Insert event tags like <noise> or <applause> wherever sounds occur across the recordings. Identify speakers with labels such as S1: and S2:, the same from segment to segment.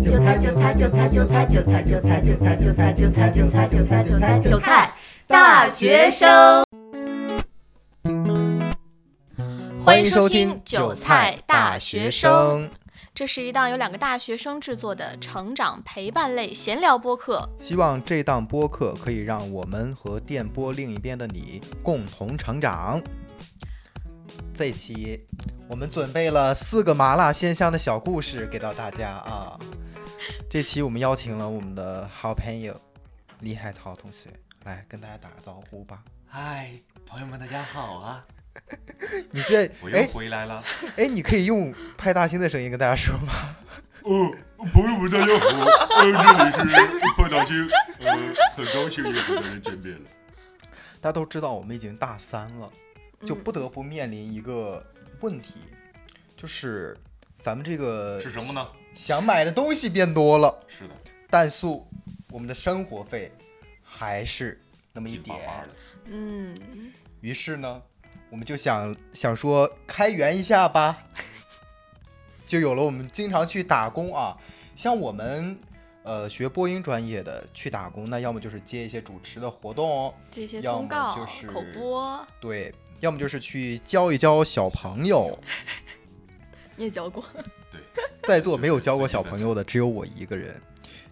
S1: 韭菜，韭菜，韭菜，韭菜，韭菜，韭菜，韭菜，韭菜，韭菜，韭菜，韭菜，韭菜，韭菜，大学生。
S2: 欢迎收听《韭菜大学生》，
S3: 这是一档由两个大学生制作的成长陪伴类闲聊播客。
S2: 希望这档播客可以让我们和电波另一边的你共同成长。这期我们准备了四个麻辣鲜香的小故事给到大家啊。这期我们邀请了我们的好朋友李海潮同学来跟大家打个招呼吧。
S4: 嗨，朋友们，大家好啊！
S2: 你现在
S4: 我
S2: 哎
S4: 又回来了。
S2: 哎，你可以用派大星的声音跟大家说吗？
S4: 哦，朋友们，大家好，呃，这里是半大星，呃，很高兴又和大家见面了。
S2: 大家都知道我们已经大三了，就不得不面临一个问题，就是咱们这个
S4: 是什么？呢？
S2: 想买的东西变多了，
S4: 是的，
S2: 但是我们的生活费还是那么一
S4: 紧巴
S2: 点。
S4: 巴的。
S3: 嗯，
S2: 于是呢，我们就想想说开源一下吧，就有了我们经常去打工啊，像我们。呃，学播音专业的去打工，那要么就是接一些主持的活动、
S3: 这些
S2: 要
S3: 通
S2: 么
S3: 告、
S2: 就是
S3: 口播，
S2: 对，要么就是去教一教小朋友。
S3: 你也教过？
S2: 在座没有教过小朋友的只有我一个人。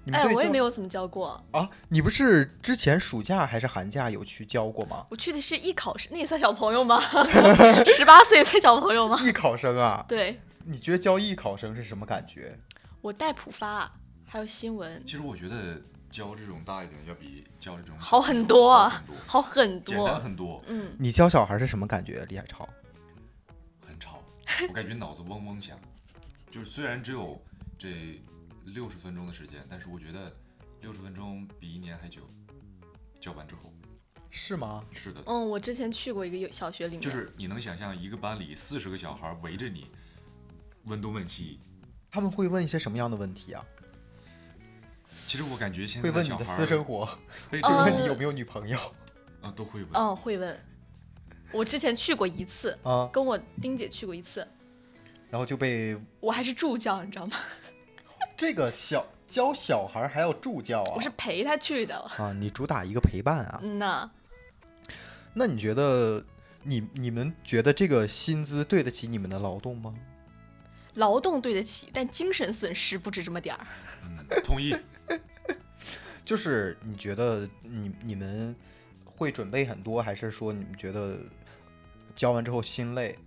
S2: 你们
S3: 哎，
S2: 对
S3: 我也
S2: 教
S3: 没有怎么教过，
S2: 啊？你不是之前暑假还是寒假有去教过吗？
S3: 我去的是艺考生，那也算小朋友吗？ <laughs> 十八岁算小朋友吗？
S2: 艺考生啊，
S3: 对
S2: 你觉得教艺考生是什么感觉？
S3: 我带普发，还有新闻，
S4: 其实我觉得教这种大一点，要比教这种小
S3: 好很多
S4: 好很
S3: 啊
S4: 多，，
S3: 好很
S4: 简单
S3: 多。
S4: 很多，
S3: 嗯，
S2: 你教小孩是什么感觉？李海超，
S4: 很吵。我感觉脑子嗡嗡响，就是虽然只有这六十分钟的时间，但是我觉得六十分钟比一年还久。教完之后，
S2: 是吗？
S4: 是的，
S3: 嗯，我之前去过一个幼小学里面，
S4: 就是你能想象一个班里四十个小孩围着你，问东问西。
S2: 他们会问一些什么样的问题啊？
S4: 其实我感觉现
S2: 会
S4: 在
S2: 问你
S4: 小
S2: 的
S4: 孩
S2: 私生活，
S4: 被这
S2: 会
S3: 哦
S2: 问
S4: 个问
S2: 你
S4: 题
S2: 有没有女朋友
S4: 啊都会问。
S3: 嗯，会问。我之前去过一次，
S2: <laughs> 啊？
S3: 跟我丁姐去过一次，
S2: 然后就被
S3: 我还是助教，你知道吗？
S2: 这个小教小孩还要助教啊？
S3: 我是陪她去的。
S2: 啊，你主打一个陪伴啊。
S3: 嗯呐，
S2: 那你觉得你你们觉得这个薪资对得起你们的劳动吗？
S3: 劳动对得起，但精神损失不止这么点儿。
S4: 嗯，同意。
S2: 就是你觉得你你们会准备很多，还是说你们觉得教完之后心累？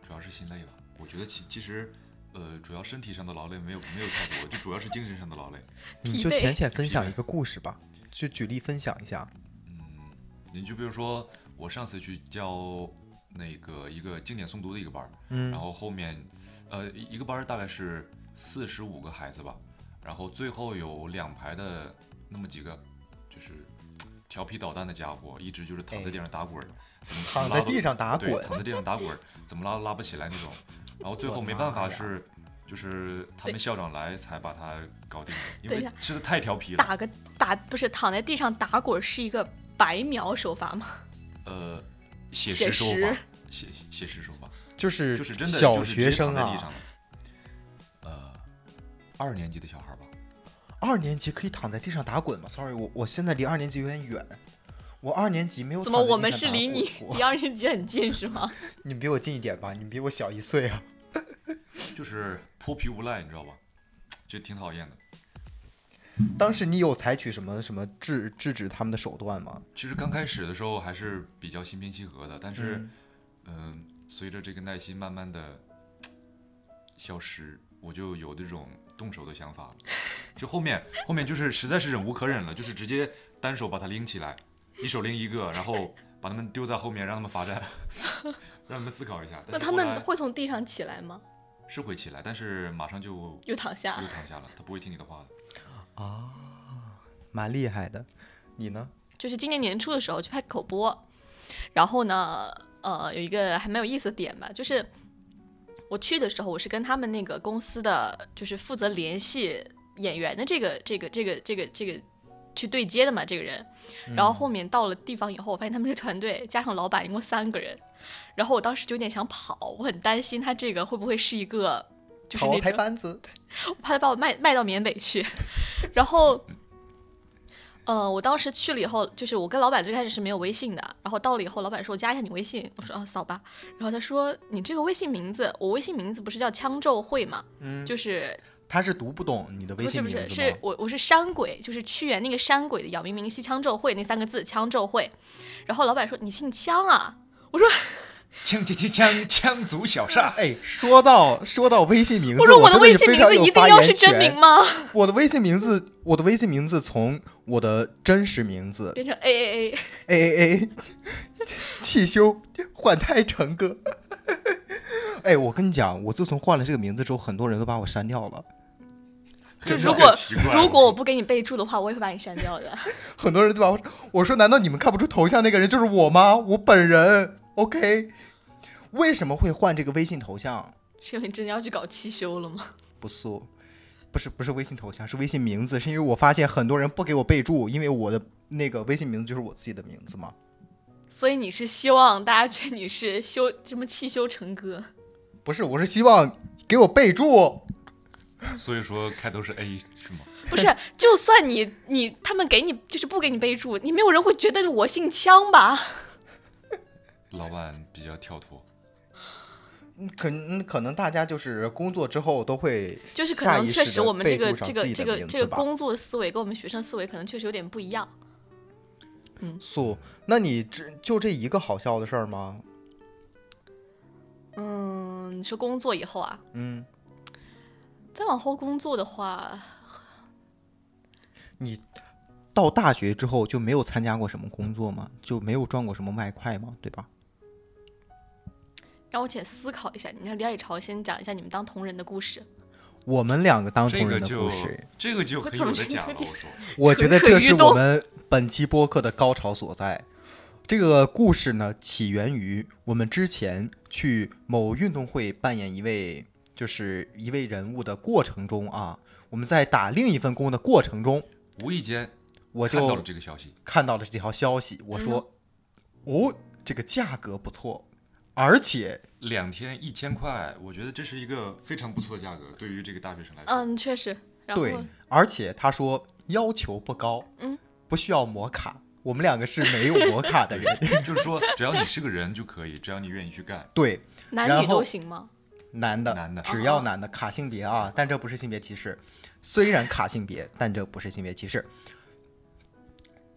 S4: 主要是心累吧，我觉得其其实，呃，主要身体上的劳累没有没有太多，就主要是精神上的劳累。
S2: 你
S3: 疲
S2: 就
S3: 惫
S2: 浅浅分享
S4: 疲惫
S2: 一个故事吧，就举例分享一下。
S4: 嗯，你就比如说我上次去教那个一个经典诵读的一个班儿，然
S2: 嗯，
S4: 后后面，呃，一一个班儿大概是四十五个孩子吧，然后最后有两排的那么几个，就是调皮捣蛋的家伙，一直就是躺在地上打滚儿，怎么
S2: 哎躺在地上打
S4: 对，
S2: 滚，
S4: 躺在地上打滚儿，怎么拉都拉不起来那种。然后最
S2: 我
S4: 后
S2: 的
S4: 没办
S2: 妈
S4: 法
S2: 呀
S4: 是，就是他们
S3: 对
S4: 校长来才把他搞定的，因
S3: 等一
S4: 为
S3: 下
S4: 吃的太调皮了。
S3: 打个打不是躺在地上打滚是一个白描手法吗？
S4: 呃，写
S3: 写
S4: 实手
S3: 实
S4: 法，写写实手法，
S2: 就是
S4: 就是真的
S2: 小
S4: 就是直
S2: 学
S4: 接躺
S2: 生
S4: 在地
S2: 啊，
S4: 上了。呃，二年级的小孩儿吧，
S2: 二年级可以躺在地上打滚吗？Sorry，我我现在离二年级有点远，我二年级没有
S3: 怎么
S2: 躺在
S3: 我
S2: 地
S3: 们
S2: 上
S3: 是
S2: 打
S3: 离
S2: 滚
S3: 你
S2: 过 <laughs>
S3: 离二年级很近是 <laughs> 吗？
S2: 你们比我近一点吧，你们比我小一岁啊。
S4: 就是泼皮无赖，你知道吧？就挺讨厌的。
S2: 当时你有采取什么什么制制止他们的手段吗？
S4: 其实刚开始的时候还是比较心平气和的，但是，嗯、随着这个耐心慢慢的消失，我就有这种动手的想法了。就后面后面就是实在是忍无可忍了，就是直接单手把他拎起来，一手拎一个，然后把他们丢在后面，让他们罚站， <laughs> 让他们思考一下。
S3: 那
S4: 但是
S3: 他
S4: 后
S3: 们
S4: 来
S3: 会从地上起来吗？
S4: 是会起来，但是马上就又
S3: 又躺下。
S4: 躺下了，他不会听你的话的。
S2: 蛮厉害的。你呢？
S3: 就是今年年初的时候去拍口播，然后呢，呃，有一个还蛮有意思的点吧，就是我去的时候，我是跟他们那个公司的，就是负责联系演员的这个这个这个这个这个去对接的嘛，这个人。然后后面到了地方以后，我发现他们这个团队加上老板一共三个人，然后我当时就有点想跑，我很担心他这个会不会是一个。就是
S2: 炒
S3: 那
S2: 台
S3: 种，
S2: 班子，
S3: 我怕他把我卖卖到缅北去。然后，呃，我当时去了以后，就是我跟老板最开始是没有微信的，然后到了以后，老板说我加一下你微信，我说啊扫吧，然后他说你这个微信名字，我微信名字不是叫羌咒会嘛，
S2: 嗯，
S3: 就是
S2: 他是读不懂你的微
S3: 不是
S2: 信
S3: 不
S2: 名字
S3: 是，
S2: 吗？
S3: 是我我是山鬼，就是屈原那个山鬼的“杳冥冥兮羌咒会”那三个字，羌咒会。然后老板说你姓羌啊，
S4: 枪枪枪枪枪族小厦，
S2: 哎，说到说到微信名字，
S3: 我说我的
S2: 真的
S3: 微
S2: 是
S3: 信
S2: 非
S3: 名字
S2: 常有
S3: 一定
S2: 发
S3: 要
S2: 言
S3: 是真
S2: 权
S3: 名吗？
S2: 我的微信名字，我的微信名字从我的真实名字
S3: 变成 A A A，
S2: A A <laughs> A，汽修换胎成哥。 <laughs> 哎，我跟你讲，我自从换了这个名字之后，很多人都把我删掉了，
S3: 就
S4: 真的
S3: 如果
S4: 很奇怪
S3: 如果我不给你备注的话，我也会把你删掉的。
S2: 很多人就把我我说，难道你们看不出头像那个人就是我吗？我本人，OK。为什么会换这个微信头像？
S3: 是因为真的要去搞汽修了吗？ <laughs>
S2: 不素，不是不是微信头像，是微信名字，是因为我发现很多人不给我备注，因为我的那个微信名字就是我自己的名字嘛。
S3: 所以你是希望大家觉得你是修什么汽修成哥？
S2: 不是，我是希望给我备注。
S4: 所以说开头是 A 是吗？
S3: 不
S2: <laughs>
S3: 是，就算你你他们给你就是不给你备注，你没有人会觉得我姓羌吧？
S4: 老板比较跳脱，
S2: 嗯可嗯可能大家就是工作之后都会
S3: 就是可
S2: 下
S3: 能
S2: 意
S3: 确
S2: 识
S3: 实
S2: 地
S3: 我们
S2: 备
S3: 这个
S2: 注上
S3: 这个
S2: 自己
S3: 这
S2: 的
S3: 个
S2: 名
S3: 这
S2: 字
S3: 个
S2: 吧
S3: 工作思维跟我们学生思维可能确实有点不一样。
S2: 素。那你这就这一个好笑的事儿吗？
S3: 嗯，你说工作以后啊，
S2: 嗯，
S3: 再往后工作的话，
S2: 你到大学之后就没有参加过什么工作吗？就没有赚过什么外快吗？对吧？
S3: 让我且思考一下。你看李海潮先讲一下你们当同人的故事，
S2: 我们两个当
S4: 这
S2: 同
S4: 个
S2: 人的故
S4: 就
S2: 事，
S4: 这个就很有的讲了。我
S3: <laughs>
S4: 说，
S2: 我觉得
S3: 蠢蠢
S2: 这
S3: 欲
S2: 是我
S3: 动
S2: 们本期播客的高潮所在。这个故事呢，起源于我们之前去某运动会扮演一位就是一位人物的过程中啊，我们在打另一份工的过程中，
S4: 无意间
S2: 我
S4: 看到
S2: 就
S4: 了这个消息，
S2: 看到了这条消息，
S3: 嗯
S2: 我说，哦，这个价格不错，而且
S4: 两天一千块，我觉得这是一个非常不错的价格，对于这个大学生来说。
S3: 嗯，确实。然后
S2: 对，而且他说要求不高，
S3: 嗯，
S2: 不需要摩卡，我们两个是没有摩
S3: <laughs>
S2: 卡的人，
S4: 对， <laughs> 就是说，只要你是个人就可以，只要你愿意去干。
S2: 对，
S3: 男
S2: 然
S3: 女都
S2: 后
S3: 行吗？
S2: 男的，
S4: 男的
S2: 只要男的，卡性别啊，但这不是性别歧视。虽然卡性别，但这不是性别歧视。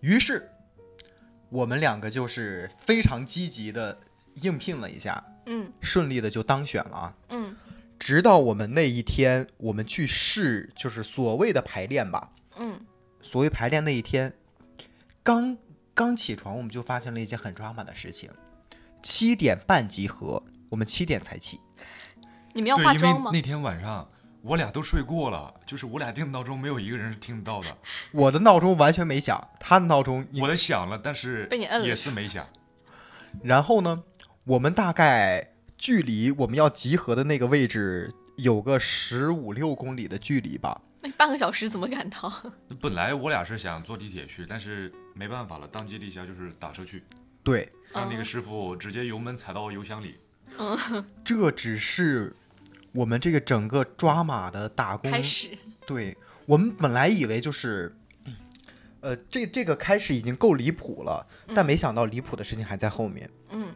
S2: 于是，我们两个就是非常积极的应聘了一下，
S3: 嗯
S2: 顺利的就当选了啊。
S3: 嗯
S2: 直到我们那一天，我们去试，就是所谓的排练吧。
S3: 嗯，
S2: 所谓排练那一天，刚刚起床，我们就发现了一件很 drama 的事情：七点半集合，我们七点才起。
S3: 你们要化
S4: 对，因
S3: 妆
S4: 为
S3: 吗？
S4: 那天晚上我俩都睡过了，就是我俩定闹钟，没有一个人是听得到的。
S2: 我的闹钟完全没响，他的闹钟一。
S4: 我的响了，但是
S3: 被你摁了
S4: 也是没响。
S2: 然后呢，我们大概距离我们要集合的那个位置有个十五六公里的距离吧。
S3: 那半个小时怎么赶到？
S4: 本来我俩是想坐地铁去，但是没办法了，当机立断就是打车去，
S2: 对，
S3: 嗯
S4: 让那个师傅直接油门踩到油箱里。
S2: 这只是我们这个整个抓马的打工
S3: 开始，
S2: 对我们本来以为就是，呃，这这个开始已经够离谱了，但没想到离谱的事情还在后面。
S3: 嗯，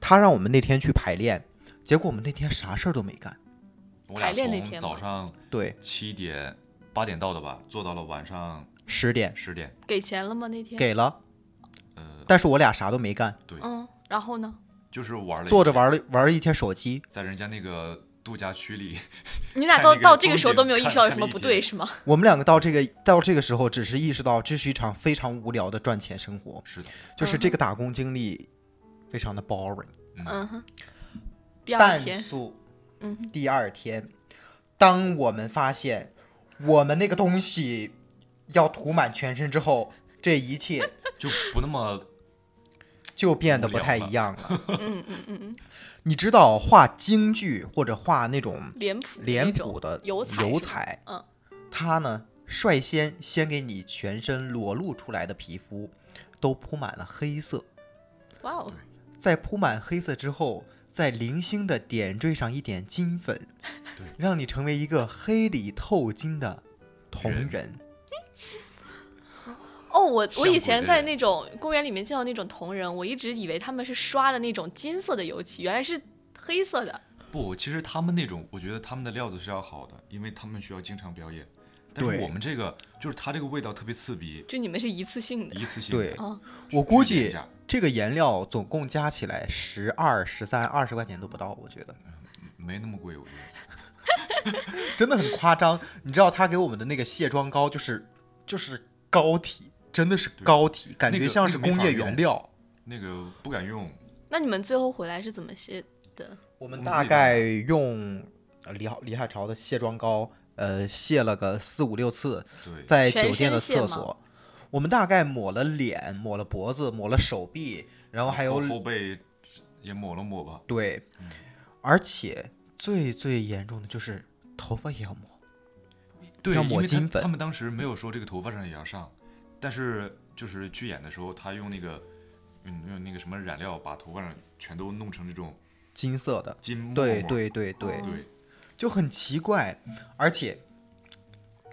S2: 他让我们那天去排练，结果我们那天啥事儿都没干。
S4: 我俩
S3: 排练那天
S4: 从
S3: 吗
S4: 早上
S2: 对，
S4: 七点八点到的吧，做到了晚上
S2: 十点
S4: 十点。
S3: 给钱了吗？那天？
S2: 给了，
S4: 呃，
S2: 但是我俩啥都没干，
S3: 嗯，然后呢？
S4: 就是玩了一
S2: 坐着
S4: 天，
S2: 玩了玩了一天手机。
S4: 在人家那个度假区里，
S3: 你俩
S4: 看
S3: 到
S4: 那个
S3: 到这个时候
S4: 风景
S3: 都没有意识到有
S4: 看
S3: 什么
S4: 看了
S3: 不
S4: 一
S3: 对
S4: 天
S3: 是吗？
S2: 我们两个到这个到这个时候，只是意识到这是一场非常无聊的赚钱生活，
S4: 是的，
S2: 就是这个打工经历非常的 boring。
S3: 嗯哼。第二
S2: 但
S3: 天，
S2: 素，
S3: 嗯，
S2: 第二天，当我们发现我们那个东西要涂满全身之后，这一切
S4: 就不那么
S2: 就变得不太
S4: 无聊了
S2: 一样了。
S3: 嗯嗯嗯嗯，
S2: 你知道画京剧或者画那种
S3: 脸谱
S2: 脸
S3: 那种
S2: 谱的
S3: 油彩
S2: 油
S3: 是吗
S2: 彩，
S3: 嗯，
S2: 它呢率先先给你全身裸露出来的皮肤都铺满了黑色，
S3: 哇哦，
S2: 在铺满黑色之后，在零星的点缀上一点金粉
S4: 对，
S2: 让你成为一个黑里透金的铜人。
S3: 哦，我
S4: 像
S3: 我
S4: 鬼
S3: 以前
S4: 的
S3: 在
S4: 人
S3: 那种公园里面见到那种铜人，我一直以为他们是刷的那种金色的油漆，原来是黑色的。
S4: 不，其实他们那种，我觉得他们的料子是要好的，因为他们需要经常表演。但是
S2: 对
S4: 我们这个就是它这个味道特别刺鼻，
S3: 就你们是一次性的
S4: 一次性
S2: 对
S4: 的，
S3: 啊？
S2: 我估
S4: 去廉
S2: 计
S4: 价
S2: 这个颜料总共加起来十二、十三、二十块钱都不到，我觉得
S4: 没那么贵，我觉得。
S2: 真的很夸张。你知道他给我们的那个卸妆膏，就是就是膏体，真的是膏体，感
S4: 那
S2: 觉
S4: 个
S2: 像是
S4: 那个没
S2: 工
S4: 法
S2: 业
S4: 用
S2: 原料。
S4: 那个不敢用，
S3: 那你们最后回来是怎么卸的？
S2: 我
S4: 我
S2: 们
S4: 们
S2: 大
S4: 自己
S2: 概用呃李海李海潮的卸妆膏，呃，卸了个四五六次，
S4: 对，
S2: 在
S3: 全
S2: 酒店的
S3: 身卸
S2: 厕
S3: 吗
S2: 所，我们大概抹了脸，抹了脖子，抹了手臂，然后还有
S4: 后嗯背也抹了抹吧，
S2: 对，而且最最严重的就是头发也要抹，
S4: 对，
S2: 要
S4: 因
S2: 抹
S4: 为他
S2: 金粉
S4: 他们当时没有说这个头发上也要上，但是就是去演的时候，他用那个嗯用那个什么染料把头发上全都弄成这种
S2: 金色的，
S4: 金沫沫。
S2: 对对对对，
S3: 哦
S4: 对
S2: 就很奇怪，而且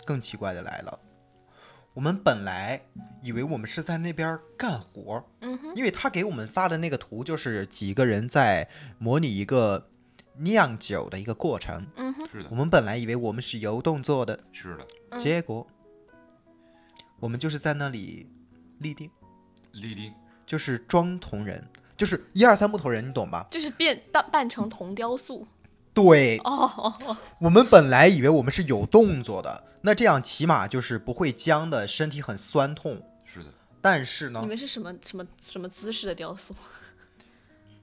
S2: 更奇怪的来了。我们本来以为我们是在那边儿干活，
S3: 嗯哼，
S2: 因为他给我们发的那个图就是几个人在模拟一个酿酒的一个过程。
S3: 嗯哼，
S4: 是的
S2: 我，们本来以为我们是游动做的，
S4: 是的，
S3: 嗯
S2: 结果我们就是在那里立定，
S4: 立定
S2: 就是装铜人，就是一二三木头人，你懂吧？
S3: 就是变扮扮成铜雕塑
S2: 对，
S3: 哦。
S2: 我们本来以为我们是有动作的，那这样起码就是不会僵的，身体很酸痛。
S4: 是的，
S2: 但是
S3: 你
S2: 呢，
S3: 们是什么什么什么姿势的雕塑？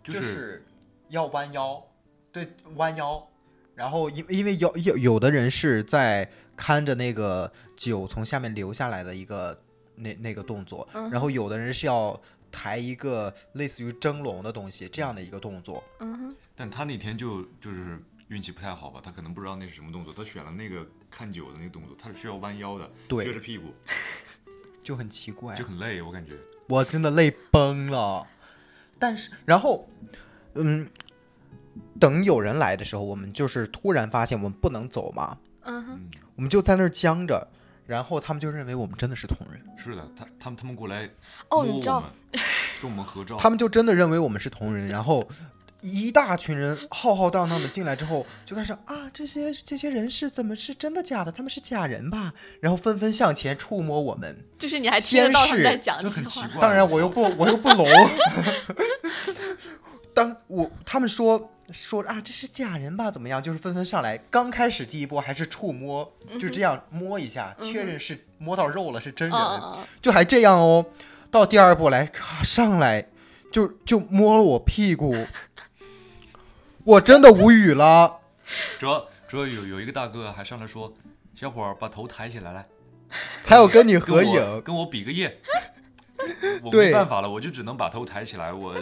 S4: 就是
S2: 要弯腰，对，弯腰。然后因因为有有有的人是在看着那个酒从下面流下来的一个那那个动作，然后有的人是要抬一个类似于蒸笼的东西这样的一个动作。
S3: <laughs> 嗯哼，
S4: 但他那天就就是运气不太好吧，他可能不知道那是什么动作，他选了那个看酒的那个动作，他是需要弯腰的，
S2: 对哎
S4: 撅着屁股
S2: 就很奇怪
S4: 就，很累，我感觉。
S2: 我真的累崩了。但是，然后，嗯，等有人来的时候，我们就是突然发现我们不能走嘛，
S3: 嗯哼，
S4: 嗯，
S2: 我们就在那儿僵着，然后他们就认为我们真的是同人，
S4: 是的，他他们他们过来
S3: 哦，
S4: 摸
S3: 你知
S4: 我
S3: 道
S4: 们，跟我们合照，
S2: 他们就真的认为我们是同人，然后。一大群人浩浩荡荡的进来之后，就开始啊，这些这些人是怎么是真的假的？他们是假人吧？然后纷纷向前触摸我们。
S3: 就是你还听得到他们在讲这
S4: 就
S3: 些
S4: 很奇
S3: 话。
S4: 怪。
S2: 当然，我又不，我又不
S3: <laughs>
S2: 聋。当我他们说说啊，这是假人吧？怎么样？就是纷纷上来。刚开始第一波还是触摸，
S3: 嗯
S2: 就这样摸一下，确认是摸到肉了，是真人，
S3: 嗯嗯
S2: 就还这样哦。到第二步来、啊上来，就就摸了我屁股， <laughs> 我真的无语了。
S4: 主要主要有有一个大哥还上来说：“小伙儿，把头抬起来来。”
S2: 还有跟你
S4: 跟我
S2: 合影，
S4: 跟我比个
S2: <laughs>
S4: 耶。我
S2: 对
S4: 没办法了，我就只能把头抬起来，我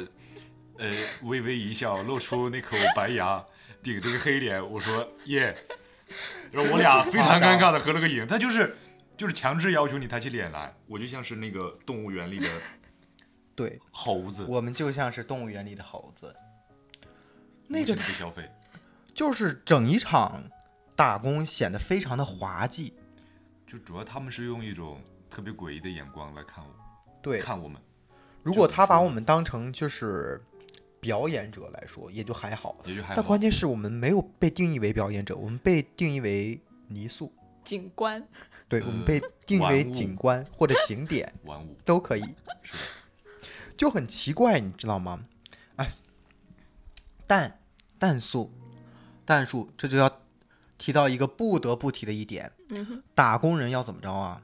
S4: 呃微微一笑，露出那口白牙，顶着个黑脸，我说耶。然后我俩非常尴尬的合了个影，他就是就是强制要求你抬起脸来，我就像是那个动物园里的
S2: 对
S4: 猴子，
S2: 我们就像是动物园里的猴子。那
S4: 无情
S2: 个
S4: 地被消费，
S2: 就是整一场打工显得非常的滑稽。
S4: 就主要他们是用一种特别诡异的眼光来看我，
S2: 对，
S4: 看我们，
S2: 如果他把我们当成就是表演者来说，也就还好。
S4: 也就还
S2: 但
S4: 好
S2: 关。键是我们没有被定义为表演者，我们被定义为泥塑，
S3: 景观，
S2: 对，
S4: 呃
S2: 我们被定义为
S4: 玩物
S2: 景观或者景点
S4: 玩物
S2: 都可以，
S4: 是的，
S2: 就很奇怪，你知道吗？哎，但但素，但素，这就要提到一个不得不提的一点，
S3: 嗯哼，
S2: 打工人要怎么着啊？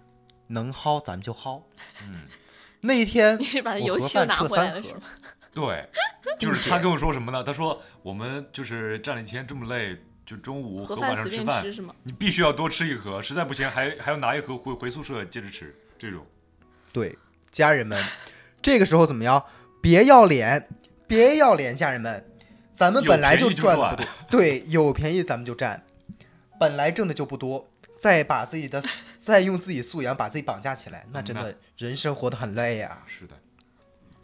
S2: 能薅咱们就薅。
S4: 嗯，
S2: 那一天
S3: <laughs> 你是把
S2: 我
S3: 油
S2: 盒
S3: 漆都
S2: 饭
S3: 拿
S2: 吃了
S3: 回来
S2: 三
S3: 了是
S2: 盒
S3: 吗？，
S4: 对，
S2: 并
S4: 就是他
S2: 且
S4: 跟我说什么呢？他说我们就是站了一天这么累，就中午和
S3: 盒饭
S4: 晚上
S3: 随
S4: 吃
S3: 便
S4: 饭
S3: 吃，是吗？
S4: 你必须要多吃一盒，实在不行还还要拿一盒回回宿舍接着吃。这种
S2: 对，家人们，这个时候怎么样？别要脸，别要脸，家人们，咱们本来
S4: 有便宜就
S2: 赚的不多，对，有便宜咱们就占，本来挣的就不多，再把自己的，再用自己素养把自己绑架起来，那真的人生活得很累呀、
S4: 是的，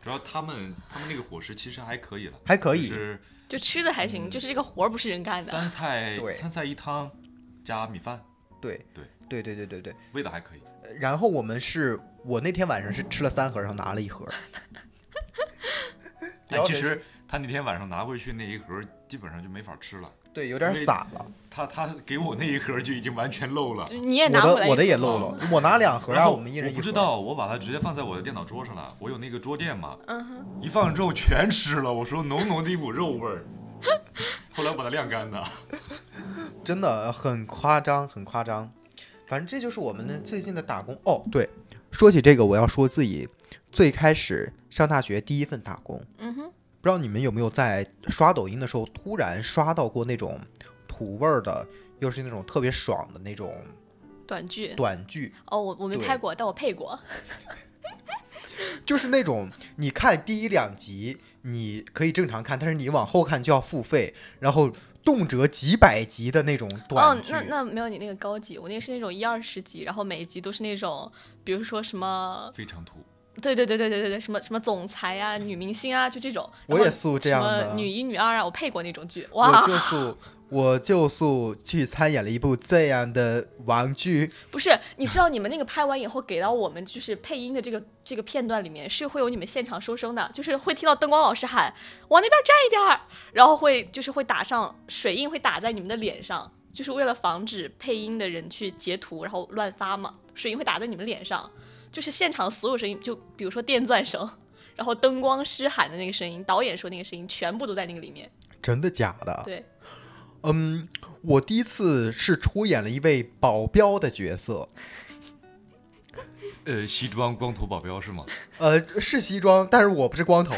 S4: 主要他们他们那个伙食其实还可以了，
S2: 还可以
S4: 就是
S3: 就吃的还行，
S2: 嗯
S3: 就是这个活儿不是人干的。
S4: 三菜
S2: 对
S4: 三菜一汤加米饭，
S2: 对
S4: 对
S2: 对对对对对。
S4: 味道还可以。
S2: 呃然后我们是我那天晚上是吃了三盒，然后拿了一盒。
S4: 但
S2: 了
S4: 其
S2: 解
S4: 实他那天晚上拿回去那一盒，基本上就没法吃了。
S2: 对，有点散了，
S4: 他他给我那一盒就已经完全漏了
S3: 就。你也
S2: 我
S3: 拿回来
S2: 的
S3: 一哦
S2: 我的也
S3: 口
S2: 漏了，我拿两盒
S4: 然
S2: 啊，
S4: 后
S2: 我们一人一盒。
S4: 不知道，我把它直接放在我的电脑桌上了。我有那个桌垫嘛，
S3: 嗯哼，
S4: 一放之后全吃了，我说浓浓的一股肉味儿。 <laughs> 后来我把它晾干的。
S2: 真的很夸张，很夸张。反正这就是我们的
S3: 嗯
S2: 最近的打工哦。对，说起这个，我要说自己最开始上大学第一份打工，
S3: 嗯哼，
S2: 不知道你们有没有在刷抖音的时候突然刷到过那种土味儿的，又是那种特别爽的那种
S3: 短剧
S2: 短剧，
S3: 哦，我我没
S2: 对
S3: 拍过，但我配过。
S2: 就是那种你看第一两集你可以正常看，但是你往后看就要付费，然后动辄几百集的那种
S3: 哦
S2: 短剧。，
S3: 那那没有你那个高级，我那个是那种一二十集，然后每一集都是那种，比如说什么，
S4: 非常土，
S3: 对对对对对对对，什么什么总裁啊、女明星啊，就这种。
S2: 我
S3: 然后
S2: 也素这样
S3: 什
S2: 的
S3: 么女一、女二啊，我配过那种剧。
S2: 我
S3: 哇，
S2: 就素我就素去参演了一部这样的网剧，
S3: 不是，你知道你们那个拍完以后给到我们就是配音的这个这个片段里面是会有你们现场收声的，就是会听到灯光老师喊往那边站一点儿，然后会就是会打上水印，会打在你们的脸上，就是为了防止配音的人去截图然后乱发嘛，水印会打在你们脸上，就是现场所有声音，就比如说电钻声，然后灯光师喊的那个声音，导演说那个声音，全部都在那个里面。
S2: 真的假的？
S3: 对，
S2: 嗯，我第一次是出演了一位保镖的角色，
S4: 呃，西装光头保镖是吗？
S2: 呃，是西装，但是我不是光头，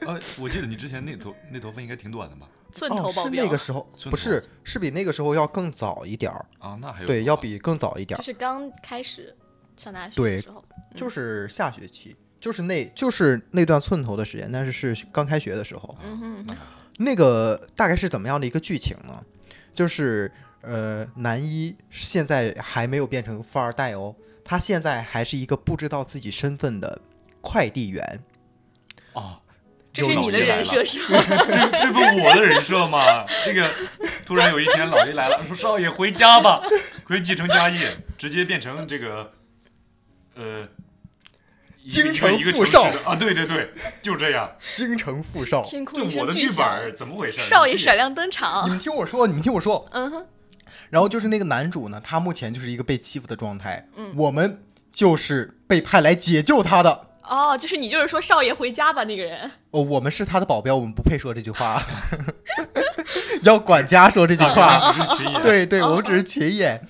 S4: 呃，我记得你之前那头那头发应该挺短的吧？
S3: 寸头
S2: 哦，
S3: 保
S2: 是
S3: 镖、
S2: 那个时候，
S4: 寸
S2: 不
S4: 头
S2: 是，是比那个时候要更早一点儿，
S4: 啊，那还有
S2: 对，
S4: 头
S2: 要
S4: 发
S2: 比更早一点
S3: 就
S2: 儿，
S3: 是刚开始上大学
S2: 对
S3: 的时候。
S2: 就是下学期，就是那就是那段寸头的时间，但是是刚开学的时候，
S3: 嗯哼，
S2: 那个大概是怎么样的一个剧情呢？就是呃，男一现在还没有变成富二代哦，他现在还是一个不知道自己身份的快递员。
S4: 啊，
S3: 这是你的人设是
S4: 哦
S3: 吗？
S4: 这 <laughs> 这不我的人设吗？这个突然有一天老爷来了，说少爷回家吧，回继承家业，直接变成这个呃。一个
S2: 京城
S4: 一个
S2: 富
S4: 城市的
S2: 少
S4: 啊，对对对，就这样，
S2: 京城富少。
S3: 天
S4: 就
S3: 空一
S4: 我
S3: 声
S4: 的
S3: 巨
S4: 剧本
S3: 响
S4: 儿，怎么回事？
S3: 少爷
S4: 你
S3: 闪亮登
S2: 你
S3: 场。
S2: 们听我说，你们听我说。
S3: 嗯哼，
S2: 然后就是那个男主呢，他目前就是一个被欺负的状态。
S3: 嗯
S2: 我们就是被派来解救他的。
S3: 哦，就是你就是说少爷回家吧那个人。
S2: 哦，我们是他的保镖，我们不配说这句话。 <laughs> 要管家说这句
S3: 哦
S2: 话。
S4: 大 <laughs> 只是群演，
S2: 对对，我们只是群演。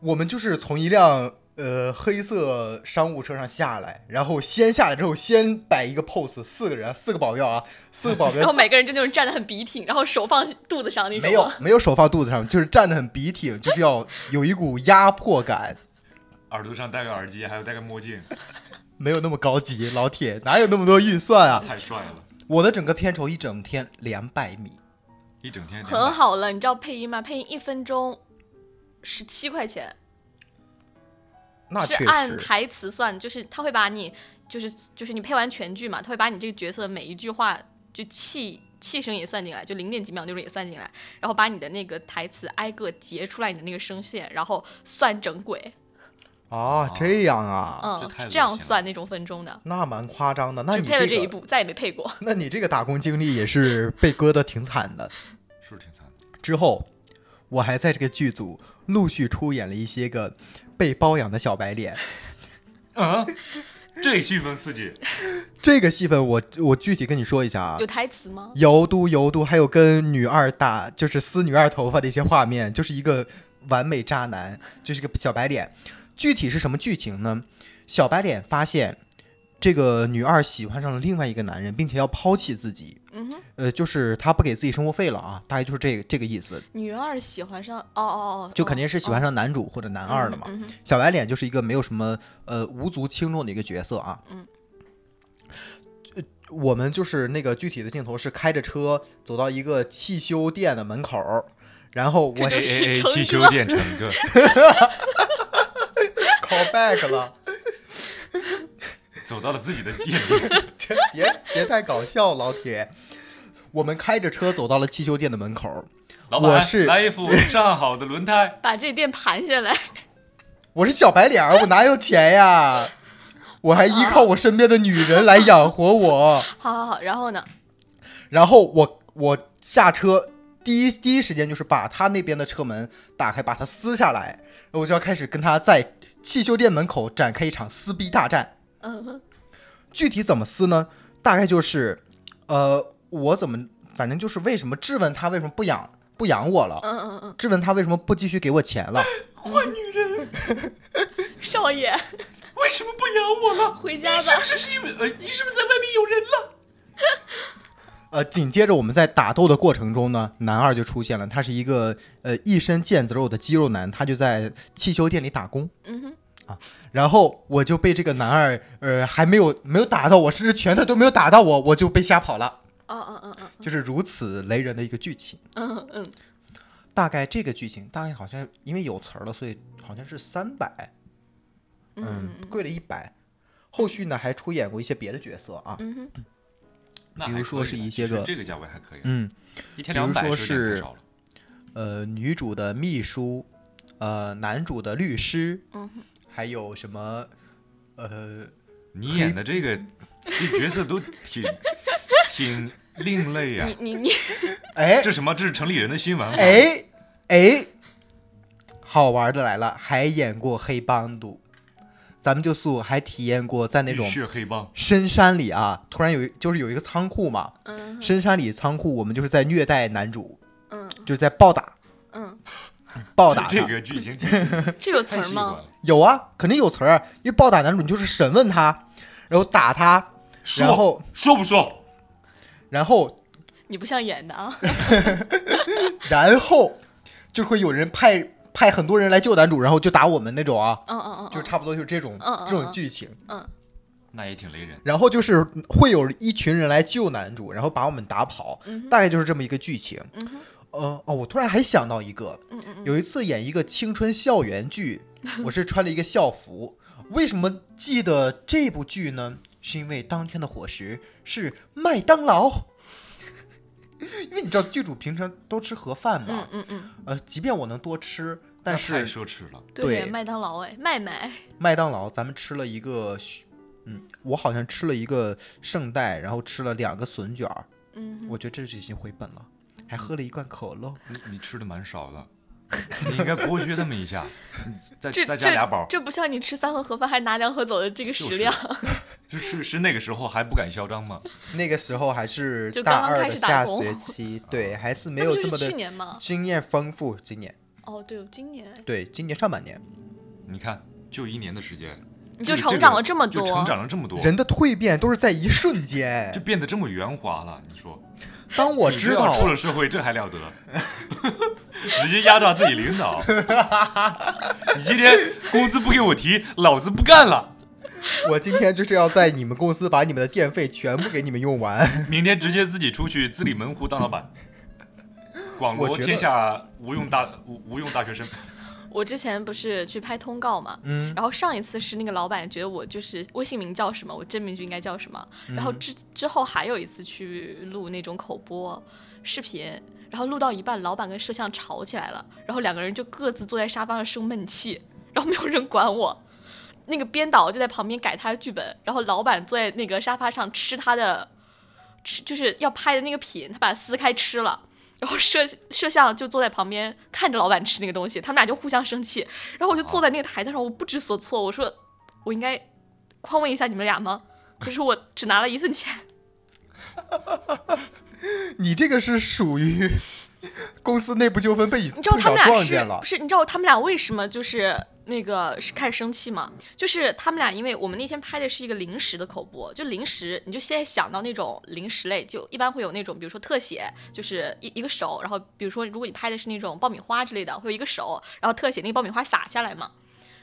S2: 我们就是从一辆呃黑色商务车上下来，然后先下来之后先摆一个 pose，四个人啊，四个保镖啊，四个保
S3: 然后
S2: 镖
S3: 每个人就那种站得很笔挺，然后手放肚子上那种。
S2: 没有没有手放肚子上，就是站得很笔挺，就是要有一股压迫感，
S4: 耳朵上戴个耳机，还有戴个墨镜，
S2: 没有那么高级，老铁哪有那么多预算啊？
S4: 太帅了，
S2: 我的整个片酬一整天两百米，
S4: 一整
S3: <laughs> <laughs>
S4: 天
S3: 很好了，你知道配音吗？配音一分钟十七块钱，
S2: 那确
S3: 是按
S2: 实
S3: 台词算，就是他会把你就是就是你配完全剧嘛，他会把你这个角色的每一句话就气。气声也算进来，就零点几秒那种也算进来，然后把你的那个台词挨个截出来，你的那个声线，然后算整轨，
S2: 啊，这样啊，
S3: 嗯
S4: 这太，恶
S3: 这样
S4: 心了
S3: 算那种分钟的。
S2: 那蛮夸张的。那
S3: 只
S2: 你
S3: 配了这一
S2: 这个，啊
S3: 部，再也没配过。
S2: 那你这个打工经历也是被割得挺惨的。
S4: 是挺惨的。
S2: 之后，我还在这个剧组陆续出演了一些个被包养的小白脸。
S3: 啊
S4: 嗯，这气氛刺激，
S2: 这个戏份我我具体跟你说一下啊
S3: 有，台词吗？
S2: 游都游都，还有跟女二打就是撕女二头发的一些画面，就是一个完美渣男，就是个小白脸。具体是什么剧情呢？小白脸发现这个女二喜欢上了另外一个男人，并且要抛弃自己。
S3: 嗯哼，
S2: 呃，就是他不给自己生活费了啊，大概就是这个这个意思，
S3: 女二喜欢上，哦哦哦，
S2: 就肯定是喜欢上男主或者男
S3: 哦
S2: 二了嘛。
S3: 嗯嗯哼
S2: 小白脸就是一个没有什么呃无足轻重的一个角色啊。
S3: 嗯
S2: 呃。我们就是那个具体的镜头是开着车走到一个汽修店的门口儿，然后我
S3: 这 <laughs> 就是成哥
S4: 汽修店成 <laughs> 哥，
S2: call back 了， <laughs>
S4: 走到了自己的店里，
S2: 别别太搞笑，老铁。我们开着车走到了汽修店的门口，
S4: 老
S2: 我
S4: 板
S2: 是
S4: 来一副上好的轮胎，
S3: 把这店盘下来。 <laughs>
S2: 我是小白脸儿，我哪有钱呀？我还依靠我身边的女人来养活我。
S3: 好好好，然后呢？
S2: 然后我我下车第一第一时间就是把他那边的车门打开，把它撕下来，然后我就要开始跟他在汽修店门口展开一场撕逼大战。
S3: 嗯，
S2: 具体怎么撕呢？大概就是，呃，我怎么反正就是为什么质问他为什么不养不养我了，
S3: 嗯嗯嗯，
S2: 质问他为什么不继续给我钱了。
S3: 少爷，
S4: 为什么不养我了？
S3: 回家
S4: 你是
S3: 吧
S4: 不。是是因为呃，你是不是在外面有人了？
S2: 呃，紧接着我们在打斗的过程中呢，男二就出现了，他是一个呃一身腱子肉的肌肉男，他就在汽修店里打工。啊
S3: 嗯哼，
S2: 然后我就被这个男二，呃，还没有没有打到我，甚至拳头都没有打到我，我就被吓跑了，
S3: 哦哦哦哦，
S2: 就是如此雷人的一个剧情。
S3: 嗯嗯，
S2: 大概这个剧情，大概好像因为有词儿了，所以好像是三百，嗯，贵了一百。后续呢还出演过一些别的角色啊，
S4: 那
S2: 比如
S4: 还
S2: 说
S4: 可以
S2: 是
S4: 了
S2: 一
S4: 其
S2: 些
S4: 实
S2: 个
S4: 这个价位还可以，啊
S2: 嗯，
S4: 一天
S2: 比如
S4: 两百
S2: 说
S4: 是有点
S2: 是
S4: 太少了。
S2: 呃，女主的秘书，呃，男主的律师，还有什么，呃，
S4: 你演的这个这角色都挺挺另类呀、
S3: 你嗯你
S2: <laughs>
S3: 你，
S2: 哎，
S4: 这什么？这是城里人的新闻吗？啊
S2: 哎哎，好玩的来了，还演过黑帮赌，咱们就素还体验过在那种
S4: 浴血黑帮，
S2: 深山里啊，突然有一就是有一个仓库嘛，
S3: 嗯
S2: 深山里仓库，我们就是在虐待男主，
S3: 嗯
S2: 就是在暴打 <laughs>
S3: 嗯，
S2: 暴打他。
S4: 这个剧情挺
S3: 这有词
S4: 太
S3: 儿
S4: 习惯
S3: 吗？
S4: 了。
S2: 有啊，肯定有词儿，因为暴打男主你就是审问他，然后打他，然后
S4: 说说不说？
S2: 然后
S3: 你不像演的啊。
S2: 然后就会有人派派很多人来救男主，然后就打我们那种啊，
S3: 嗯嗯嗯，
S2: <laughs> 就差不多就是这种
S3: 嗯嗯
S2: 这种
S3: 嗯
S2: 剧情。
S4: 那也挺雷人。
S2: 然后就是会有一群人来救男主，然后把我们打跑，
S3: 嗯
S2: 大概就是这么一个剧情。呃哦，我突然还想到一个，
S3: 嗯
S2: 有一次演一个青春校
S3: <laughs>
S2: 园剧，我是穿了一个校服。为什么记得这部剧呢？是因为当天的伙食是麦当劳， <laughs> 因为你知道剧组平常都吃盒饭嘛
S3: 嗯，嗯嗯，
S2: 呃，即便我能多吃，但
S4: 那太
S2: 是
S4: 奢侈了，
S2: 对
S3: 麦当劳哎，麦麦，
S2: 麦当劳，咱们吃了一个雪，嗯，我好像吃了一个圣代，然后吃了两个笋卷儿，
S3: 嗯，
S2: 我觉得这就已经回本了，还喝了一罐可乐。
S4: 你你吃的蛮少的， <laughs> 你应该剥削他们一下，你再
S3: 这
S4: 再加俩包。
S3: 这不像你吃三盒盒饭还拿两盒走的这个
S4: 就
S3: 食
S4: 是
S3: 量。
S4: 就是是那个时候还不敢嚣张吗？
S2: 那个时候还是
S3: 就
S2: 大
S3: 刚刚
S2: 二
S3: 开
S2: 的
S3: 始打
S2: 下
S3: 工
S2: 学期，对，还
S3: <laughs>
S2: 是没
S3: 那
S2: 有
S3: 不
S2: 这
S3: 就
S2: 么
S3: 是去
S2: 的
S3: 年吗？
S2: 经验丰富。今年，
S3: 哦，对，今年
S2: 对，今年上半年，
S4: 你看，就一年的时间，
S3: 你
S4: 就
S3: 就是成
S4: 这
S3: 长
S4: 个
S3: 了这么多
S4: 就，成长了这么多，
S2: 人的蜕变都是在一瞬
S4: 就
S2: 间。
S4: 变得这么圆滑了。你说，
S2: 当我
S4: 你
S2: 知
S4: 这要
S2: 道
S4: 出了社会，这还了得？ <laughs> 直接压榨自己
S2: <laughs>
S4: 领导，你今天工资不给我提，老子不干了。
S2: 我今天就是要在你们公司把你们的电费全部给你们用完，
S4: 明天直接自己出去自立门户当老 <laughs> 板，广
S2: 我
S4: 罗
S2: 觉得
S4: 天下无用大无无用大学生。
S3: 我之前不是去拍通告嘛，嗯，然后上一次是那个老板觉得我就是微信名叫什么，我真名就应该叫什么，然后之之后还有一次去录那种口播视频，然后录到一半，老板跟摄像吵起来了，然后两个人就各自坐在沙发上生闷气，然后没有人管我。那个编导就在旁边改他的剧本，然后老板坐在那个沙发上吃他的，吃就是要拍的那个品，他把它撕开吃了。然后摄摄像就坐在旁边看着老板吃那个东西，他们俩就互相生气。然后我就坐在那个台子上，我不知所措。我说，我应该宽慰一下你们俩吗？可是我只拿了一份钱，
S2: 你这个是属于 <laughs> 公司内部纠纷被你
S3: 你知道
S2: 碰
S3: 他们俩
S2: 巧撞
S3: 是
S2: 见了
S3: 不。是？你知道他们俩为什么就是那个是开始生气吗？就是他们俩，因为我们那天拍的是一个零食的口播，就零食，你就现在想到那种零食类，就一般会有那种，比如说特写，就是一一个手，然后比如说如果你拍的是那种爆米花之类的，会有一个手，然后特写那个爆米花洒下来嘛。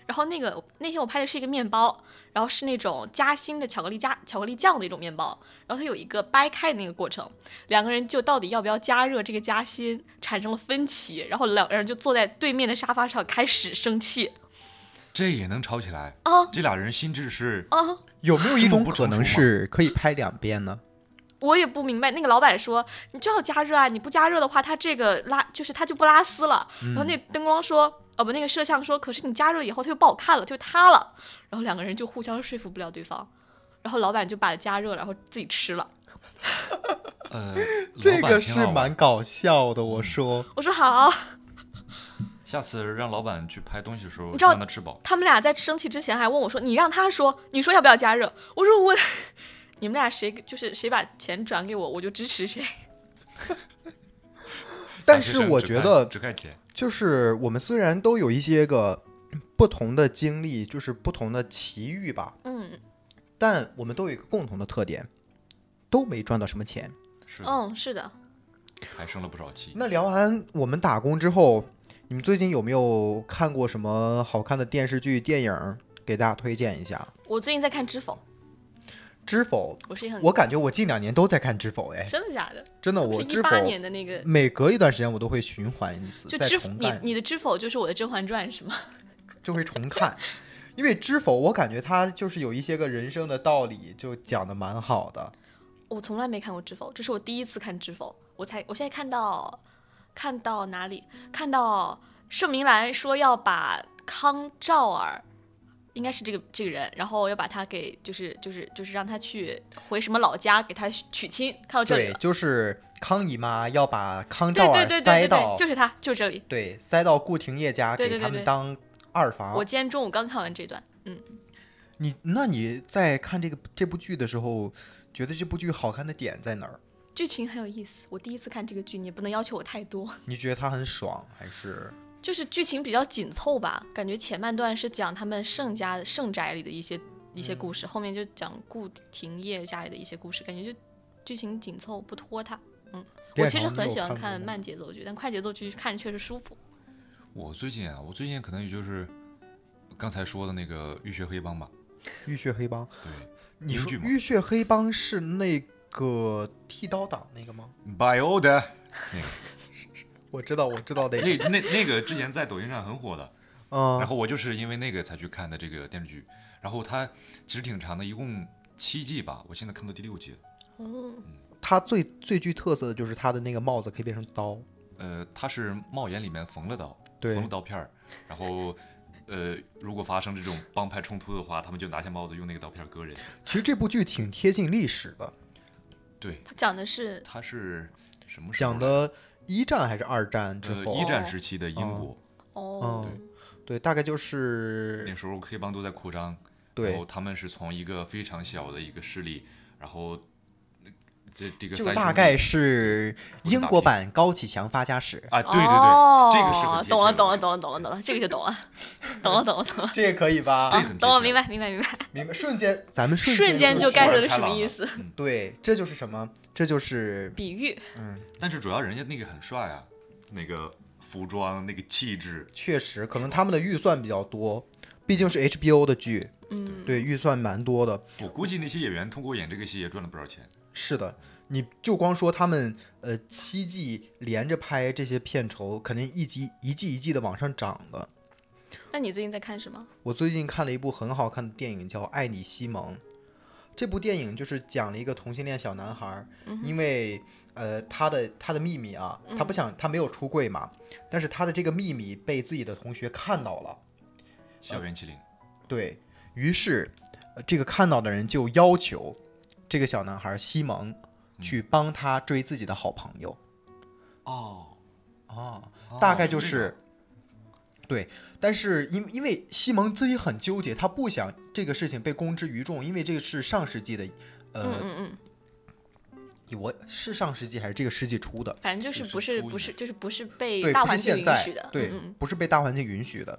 S3: 然后那个那天我拍的是一个面包，然后是那种夹心的巧克力加巧克力酱的一种面包，然后它有一个掰开的那个过程，两个人就到底要不要加热这个夹心产生了分歧，然后两个人就坐在对面的沙发上开始生气
S4: <laughs> 这也能吵起来
S3: 啊
S2: 哦
S4: 这俩人心智是
S3: 啊！
S2: 有没有一种
S4: 这么不
S2: 可
S4: 成熟啊
S2: 能
S4: 吗
S2: 是可以拍两遍呢？
S3: 我也不明白，那个老板说你就要加热啊，你不加热的话，它这个拉就是它就不拉丝了。然后那灯光说，哦不，那个摄像说，可是你加热以后它就不好看了，就塌了。然后两个人就互相说服不了对方，然后老板就把加热了，然后自己吃了。
S4: 呃，
S2: <laughs> 这
S4: 老板嗯
S2: 个
S4: 挺
S2: 是
S4: 好玩
S2: 蛮搞笑的，我说，
S3: 我说好。
S4: 下次让老板去拍东西的时候，
S3: 你知道
S4: 让他吃饱。
S3: 他们俩在生气之前还问我说：“你让他说，你说要不要加热？”我说我， <laughs> 你们俩谁就是谁把钱转给我，我就支持谁。
S2: 但
S4: 大学
S2: 是
S4: 生
S2: 我
S4: 只
S2: 觉
S4: 看
S2: 得
S4: 只看钱，
S2: 就是我们虽然都有一些个不同的经历，就是不同的奇遇吧，
S3: 嗯
S2: 但我们都有一个共同的特点，都没赚到什么钱。
S4: 是
S2: 哦
S4: 的
S3: 嗯，是的，
S4: 还生了不少气。
S2: 那聊完我们打工之后，你们最近有没有看过什么好看的电视剧、电影？给大家推荐一下。
S3: 我最近在看《知否》，
S2: 知否，
S3: 我是一很
S2: 我感觉我近两年都在看知否，哎，
S3: 真的假的？
S2: 真的，我
S3: 是一
S2: 知否
S3: 八年的那个，
S2: 每隔一段时间我都会循环一次，
S3: 就
S2: 再
S3: 知否
S2: 重
S3: 你
S2: 看，
S3: 你的《知否》就是我的《甄嬛传》是吗？
S2: 就会重看。 <laughs> 因为知否，我感觉它就是有一些个人生的道理，就讲的蛮好的。
S3: 我从来没看过《知否》，这是我第一次看《知否》，我才我现在看到看到哪里？看到盛明兰说要把康兆儿，应该是这个这个人，然后要把他给就是就是就是让他去回什么老家给他娶亲，看到这里
S2: 对，
S3: 了。
S2: 就是康姨妈要把康
S3: 对
S2: 兆
S3: 对
S2: 儿
S3: 对对对
S2: 塞
S3: 对，
S2: 到
S3: 就是他，就是这里。
S2: 对塞到顾廷烨家，
S3: 对对
S2: 给
S3: 对
S2: 他们
S3: 对
S2: 当二房。
S3: 我今天中午刚看完这段，嗯，
S2: 你那你在看这个这部剧的时候，觉得这部剧好看的点在哪儿？
S3: 剧情很有意思。我第一次看这个剧，你也不能要求我太多。
S2: 你觉得它很爽，还是
S3: 就是剧情比较紧凑吧，感觉前半段是讲他们盛家盛宅里的一些一些
S4: 嗯
S3: 故事，后面就讲顾廷烨家里的一些故事，感觉就剧情紧凑不拖沓。嗯，我
S2: 恋
S3: 其实
S2: 童你
S3: 很
S2: 有
S3: 喜欢
S2: 看过
S3: 看
S2: 吗
S3: 慢节奏剧，但快节奏剧看着确实舒服。
S4: 我最近啊，我最近可能也就是刚才说的那个《浴血黑帮》吧。
S2: 浴血黑帮？
S4: 对
S2: 你
S4: 英
S2: 说
S4: 剧吗
S2: 浴血黑帮是那个剃刀党那个吗？
S4: ，Bio 的
S2: 我知道，我知道那个。
S4: 那那那个之前在抖音上很火的，然
S2: 嗯，
S4: 后我就是因为那个才去看的这个电视剧，然后它其实挺长的，一共七季吧，我现在看到第六季了。
S3: 嗯，
S2: 它最最具特色的就是它的那个帽子可以变成刀。
S4: 呃，它是帽檐里面缝了刀，
S2: 对
S4: 缝了刀片儿，然后呃，如果发生这种帮派冲突的话，他们就拿下帽子用那个刀片儿割人。
S2: 其实这部剧挺贴近历史的，
S4: 对，
S3: 他讲的是
S4: 它是什么时候
S2: 讲的一战还是二战之
S4: 呃
S2: 后？
S4: 一战时期的英国，
S3: 哦，
S2: 嗯对，大概就是
S4: 那时候黑帮都在扩张，然
S2: 对
S4: 后，他们是从一个非常小的一个势力，然后呃这这个
S2: 就
S4: 三
S2: 大
S4: 兄弟
S2: 概是
S4: 不是
S2: 英
S4: 大
S2: 国
S4: 片
S2: 版《高启强发家史》，
S4: 啊，对对对，
S3: 哦
S4: 这个是很贴
S3: 懂了，
S4: 切的
S3: 懂了，懂了，懂了，懂了，这个就懂了，懂了，懂了，懂了，
S2: 这个可以吧？
S4: 这个很贴
S3: 懂了，
S4: 切
S3: 明白，明白，明白，
S2: 明白？瞬间，咱们
S3: 瞬间
S2: 间
S3: 就
S2: 就
S3: get
S4: 豁
S3: 了
S4: 然
S3: 是
S4: 开
S3: 什么
S4: 朗
S3: 意
S4: 了
S3: 思？
S2: 对，这就是什么？这就是
S3: 比喻，
S4: 但是主要人家那个很帅啊，那个服装那个气质，
S2: 确实，可能他们的预算比较多，毕竟是 HBO 的剧，
S3: 嗯，
S2: 对，预算蛮多的。
S4: 我估计那些演员通过演这个戏也赚了不少钱。
S2: 是的，你就光说他们呃七季连着拍这些片酬，肯定一集一季一季的往上涨的。
S3: 那你最近在看什么？
S2: 我最近看了一部很好看的电影，叫《爱你西蒙》。这部电影就是讲了一个同性恋小男孩儿，因为呃他的他的秘密啊，他不想他没有出柜嘛，但是他的这个秘密被自己的同学看到了，
S4: 校园欺凌，
S2: 对于是、呃这个看到的人就要求这个小男孩西蒙去帮他追自己的好朋友。
S4: 哦，
S2: 哦，
S4: 哦
S2: 大概就
S4: 这
S2: 是
S4: 个，
S2: 对，但是因因为西蒙自己很纠结，他不想这个事情被公之于众，因为这个是上世纪的，
S3: 嗯
S2: 呃，
S3: 嗯嗯，
S2: 我是上世纪还是这个世纪初的，
S3: 反正就是
S4: 就是
S3: 不是
S4: 初一
S3: 不是
S4: 点
S3: 就是不是被
S2: 对，
S3: 大
S2: 不
S3: 环
S2: 是
S3: 境
S2: 现
S3: 允
S2: 在
S3: 许的，，
S2: 对
S3: 嗯，
S2: 不是被大环境允许的，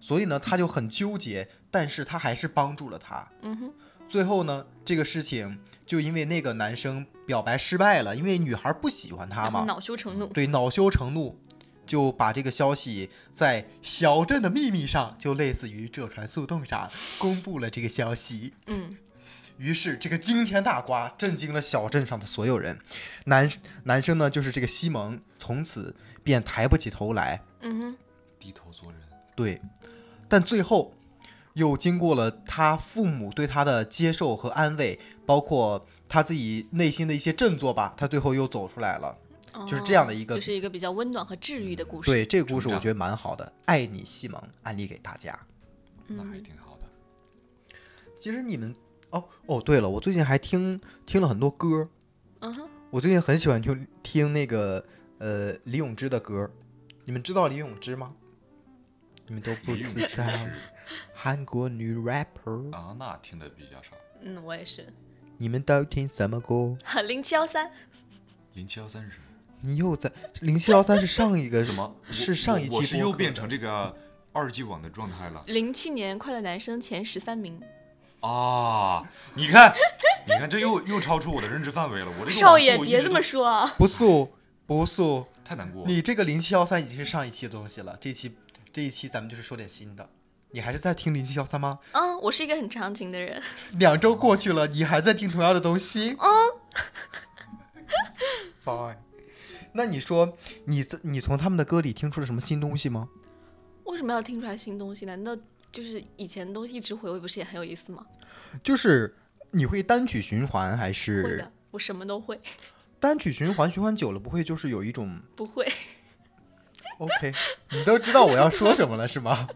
S2: 所以呢，他就很纠结，但是他还是帮助了他，
S3: 嗯哼，
S2: 最后呢，这个事情就因为那个男生表白失败了，因为女孩不喜欢他
S3: 然后
S2: 嘛，
S3: 恼羞成怒，
S2: 对，恼羞成怒，就把这个消息在小镇的秘密上，就类似于浙传速冻上公布了这个消息。
S3: 嗯，
S2: 于是这个惊天大瓜震惊了小镇上的所有人。男男生呢，就是这个西蒙，从此便抬不起头来。
S3: 嗯哼，
S4: 低头做人，
S2: 对，但最后又经过了他父母对他的接受和安慰，包括他自己内心的一些振作吧，他最后又走出来了。就是这样的一
S3: 哦
S2: 个
S3: 就是一个比较温暖和治愈的故事。
S2: 对，这个故事
S4: 成
S2: 我
S4: 长
S2: 觉得蛮好的，爱你西蒙安利给大家。
S3: 嗯
S4: 那还挺好的。
S2: 其实你们哦哦，对了，我最近还听听了很多歌，
S3: 嗯哼，
S2: 我最近很喜欢听听那个呃李永芝的歌，你们知道李永芝吗？你们都不
S4: 李咏
S2: 知
S4: 芝
S2: 道，
S4: 是
S2: 韩国女 rapper，
S4: 啊，那听的比较少。
S3: 嗯，我也是。
S2: 你们都听什么歌？
S3: 零七幺三，
S4: 零七幺三是什么？
S2: 你又在零七幺三是上一个
S4: 怎么我
S2: 是上一期
S4: 我我是
S2: 播
S4: 又
S2: 客
S4: 变
S2: 的
S4: 成这个二极管的状态了
S3: 零七年快乐男生前十三名，
S4: 啊！你看， <laughs> 你看，这又又超出我的认知范围了。我这个
S3: 少
S4: 网
S3: 爷
S4: 速一
S3: 别
S4: 直
S3: 这
S4: 都
S3: 么说啊！
S2: 不素不素，
S4: 太难过了。
S2: 你这个零七幺三已经是上一期的东西了，这一期这一期咱们就是说点新的。你还是在听零七幺三吗？
S3: 嗯，我是一个很长情的人。
S2: 两周过去了，你还在听同样的东西？嗯。Fine。那你说，你自你从他们的歌里听出了什么新东西吗？
S3: 为什么要听出来新东西？难道就是以前的东西一直回味，不是也很有意思吗？
S2: 就是你会单曲循环还
S3: 会
S2: 是
S3: 的，我什么都会，
S2: 单曲循环？循环久了不会就是有一种
S3: 不会。
S2: OK，你都知道我要说什么了是吗？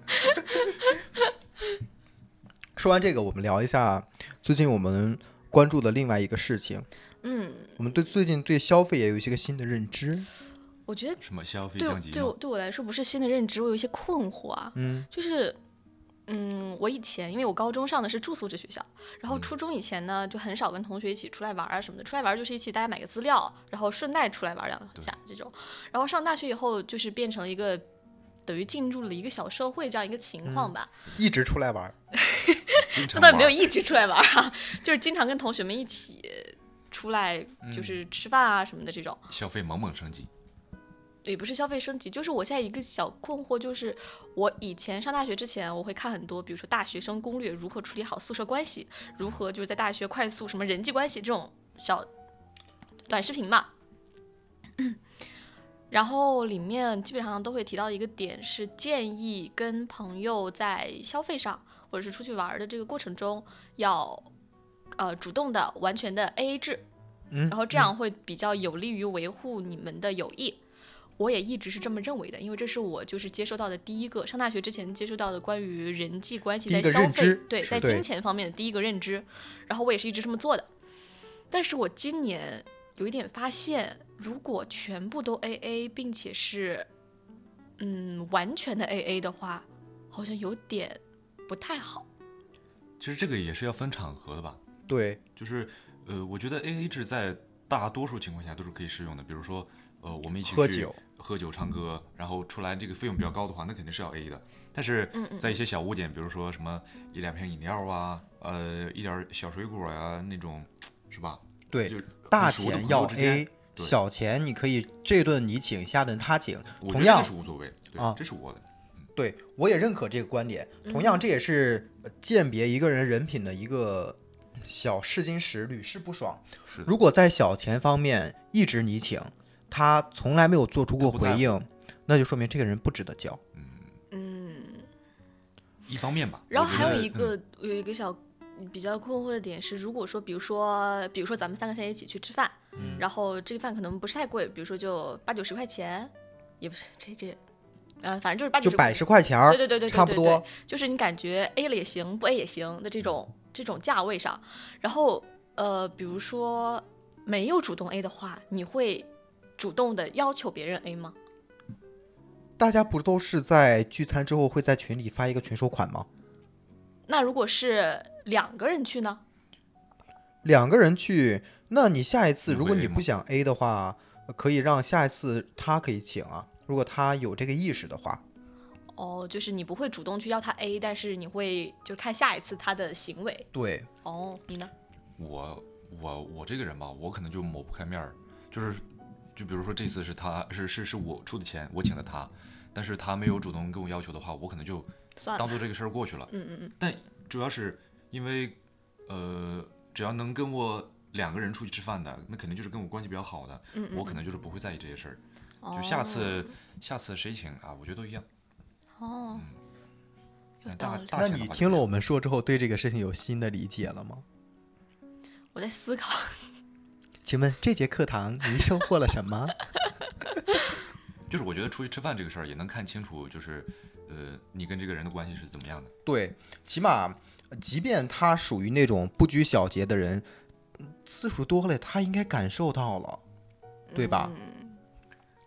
S2: 说完这个，我们聊一下最近我们关注的另外一个事情。
S3: 嗯，
S2: 我们对最近对消费也有一些个新的认知。
S3: 我觉得
S4: 什么消费
S3: 对我
S4: 降级
S3: 对我
S4: 吗？
S3: 对我来说不是新的认知，我有一些困惑啊。
S2: 嗯，
S3: 就是，嗯，我以前因为我高中上的是住宿制学校，然
S4: 嗯
S3: 后初中以前呢就很少跟同学一起出来玩儿啊什么的，出来玩儿就是一起大家买个资料，然后顺带出来玩儿两下这种。然后上大学以后就是变成了一个等于进入了一个小社会这样一个情况吧，
S2: 一直出来玩儿，
S4: 经常
S3: 那倒也没有
S4: 嗯玩
S3: 一直出来玩儿啊， <laughs> 就是经常跟同学们一起出来
S4: 嗯
S3: 就是吃饭啊什么的这种。
S4: 消费猛猛升级，
S3: 也不是消费升级，就是我现在一个小困惑，就是我以前上大学之前，我会看很多，比如说大学生攻略，如何处理好宿舍关系，如何就是在大学快速什么人际关系这种小短视频嘛。然后里面基本上都会提到一个点是建议跟朋友在消费上或者是出去玩儿的这个过程中要，呃，主动的、完全的 AA 制，
S2: 嗯
S3: 然后这样会比较有利于维护你们的友谊。我也一直是这么认为的，因为这是我就是接收到的第一个上大学之前接收到的关于人际关系
S2: 第一
S3: 在
S2: 个
S3: 消
S2: 认
S3: 费
S2: 知
S3: 对
S2: 是
S3: 在
S2: 对
S3: 金钱方面的第一个认知，然后我也是一直这么做的。但是我今年有一点发现，如果全部都 A A，并且是嗯完全的 A A 的话，好像有点不太好。
S4: 其实这个也是要分场合的吧。
S2: 对，
S4: 就是呃，我觉得 A A 制在大多数情况下都是可以适用的，比如说呃，我们一起
S2: 喝
S4: 去
S2: 酒、
S4: 喝酒、唱歌，然后出来这个费用比较高的话，那肯定是要 A 的。但是
S3: 嗯嗯
S4: 在一些小物件，比如说什么一两瓶饮料啊，呃，一点儿小水果呀、那种，是吧？
S2: 对
S4: 就，是
S2: 大
S4: 熟的
S2: 钱
S4: 朋
S2: 要
S4: 友之间
S2: A，
S4: 对
S2: 小钱你可以这顿你请，下顿他请。
S4: 我
S2: 同
S4: 觉得这个
S2: 样
S4: 是，无所谓，对，
S2: 啊
S4: 这是我的。
S2: 对我也认可这个观点。同
S3: 嗯
S2: 样，这也是呃鉴别一个人人品的一个小试金石，屡试不爽。
S4: 是的
S2: 如果在小钱方面一直你请，他从来没有做出过
S4: 他不在
S2: 回
S4: 乎
S2: 应，那就说明这个人不值得交。
S3: 嗯，
S4: 一方面吧，
S3: 然后
S4: 我觉
S3: 还有
S4: 得嗯
S3: 一个、
S2: 嗯
S3: 有一个小比较困惑的点是，如果说比如说比如说咱们三个现在一起去吃饭，
S2: 嗯
S3: 然后这个饭可能不是太贵，比如说就八九十块钱，也不是这这，呃，反正就是八九
S2: 就
S3: 十
S2: 百十块钱儿，
S3: 对对对对，对
S2: 差不
S3: 对
S2: 多
S3: 对就是你感觉 A 了也行，不 A 也行的这种这种价位上，然后呃，比如说没有主动 A 的话，你会主动的要求别人 A 吗？
S2: 大家不都是在聚餐之后会在群里发一个群收款吗？
S3: 那如果是两个人去呢？
S2: 两个人去，那你下一次
S4: 你会
S2: 如果你
S4: A 吗
S2: 不想 A 的话，呃可以让下一次他可以请啊。如果他有这个意识的话，
S3: 哦，就是你不会主动去要他 A，但是你会就看下一次他的行为。
S2: 对，
S3: 哦，你呢？
S4: 我我我这个人吧，我可能就抹不开面儿，就是就比如说这次是他是是是我出的钱，我请的他，但是他没有主动跟我要求的话，我可能就
S3: 算
S4: 当
S3: 了，
S4: 做这个事儿过去了。
S3: 嗯嗯嗯，
S4: 但主要是因为呃，只要能跟我两个人出去吃饭的，那肯定就是跟我关系比较好的，
S3: 嗯嗯
S4: 我可能就是不会在意这些事儿。
S3: 哦
S4: 就下次下次谁请啊，我觉得都一样。
S3: 哦，有
S4: 但
S3: 道
S4: 大
S3: 理。
S4: 大
S2: 那
S4: 钱的
S2: 你
S4: 话就
S2: 听
S4: 不
S2: 了
S4: 一
S2: 我
S4: 样
S2: 们说之后，对这个事情有新的理解了吗？
S3: 我在思考，
S2: 请问这节课堂你收获了什么？
S4: 就是我觉得出去吃饭这个事儿也能看清楚，就是呃，你跟这个人的关系是怎么样的。
S2: <laughs> 对，起码呃即便他属于那种不拘小节的人，次数多了，他应该感受到了，对吧？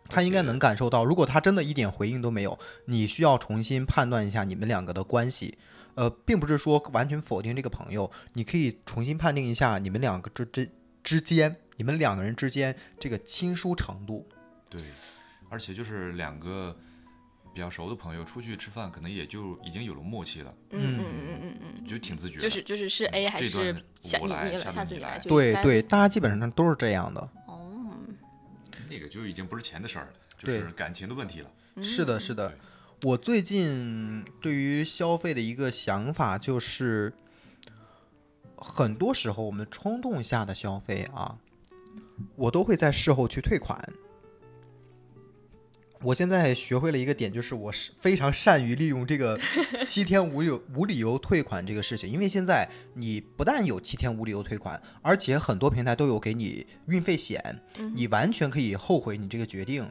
S2: 他应该能感受到，如果他真的一点回应都没有，你需要重新判断一下你们两个的关系。呃，并不是说完全否定这个朋友，你可以重新判定一下你们两个之之之间，你们两个人之间这个亲疏程度。
S4: 对，而且就是两个比较熟的朋友出去吃饭，可能也就已经有了默契了，
S3: 嗯嗯嗯嗯嗯，
S4: 就挺自觉的。
S3: 就是就是是 A 还
S4: 这段
S3: 是下
S4: 我
S3: 你
S4: 来
S3: 你
S4: 下
S3: 来，
S4: 面
S3: 下次
S4: 你来
S3: 来，就
S2: 对
S3: 应该
S2: 对，大家基本上都是这样的。
S3: 哦，
S4: 那个就已经不是钱的事儿了，就
S2: 对
S4: 是感情的问题了。
S2: 是的，是的。我最近对于消费的一个想法就是，很多时候我们冲动下的消费啊，我都会在事后去退款。我现在学会了一个点，就是我是非常善于利用这个七天无有无理由退款这个事情，因为现在你不但有七天无理由退款，而且很多平台都有给你运费险，你完全可以后悔你这个决定。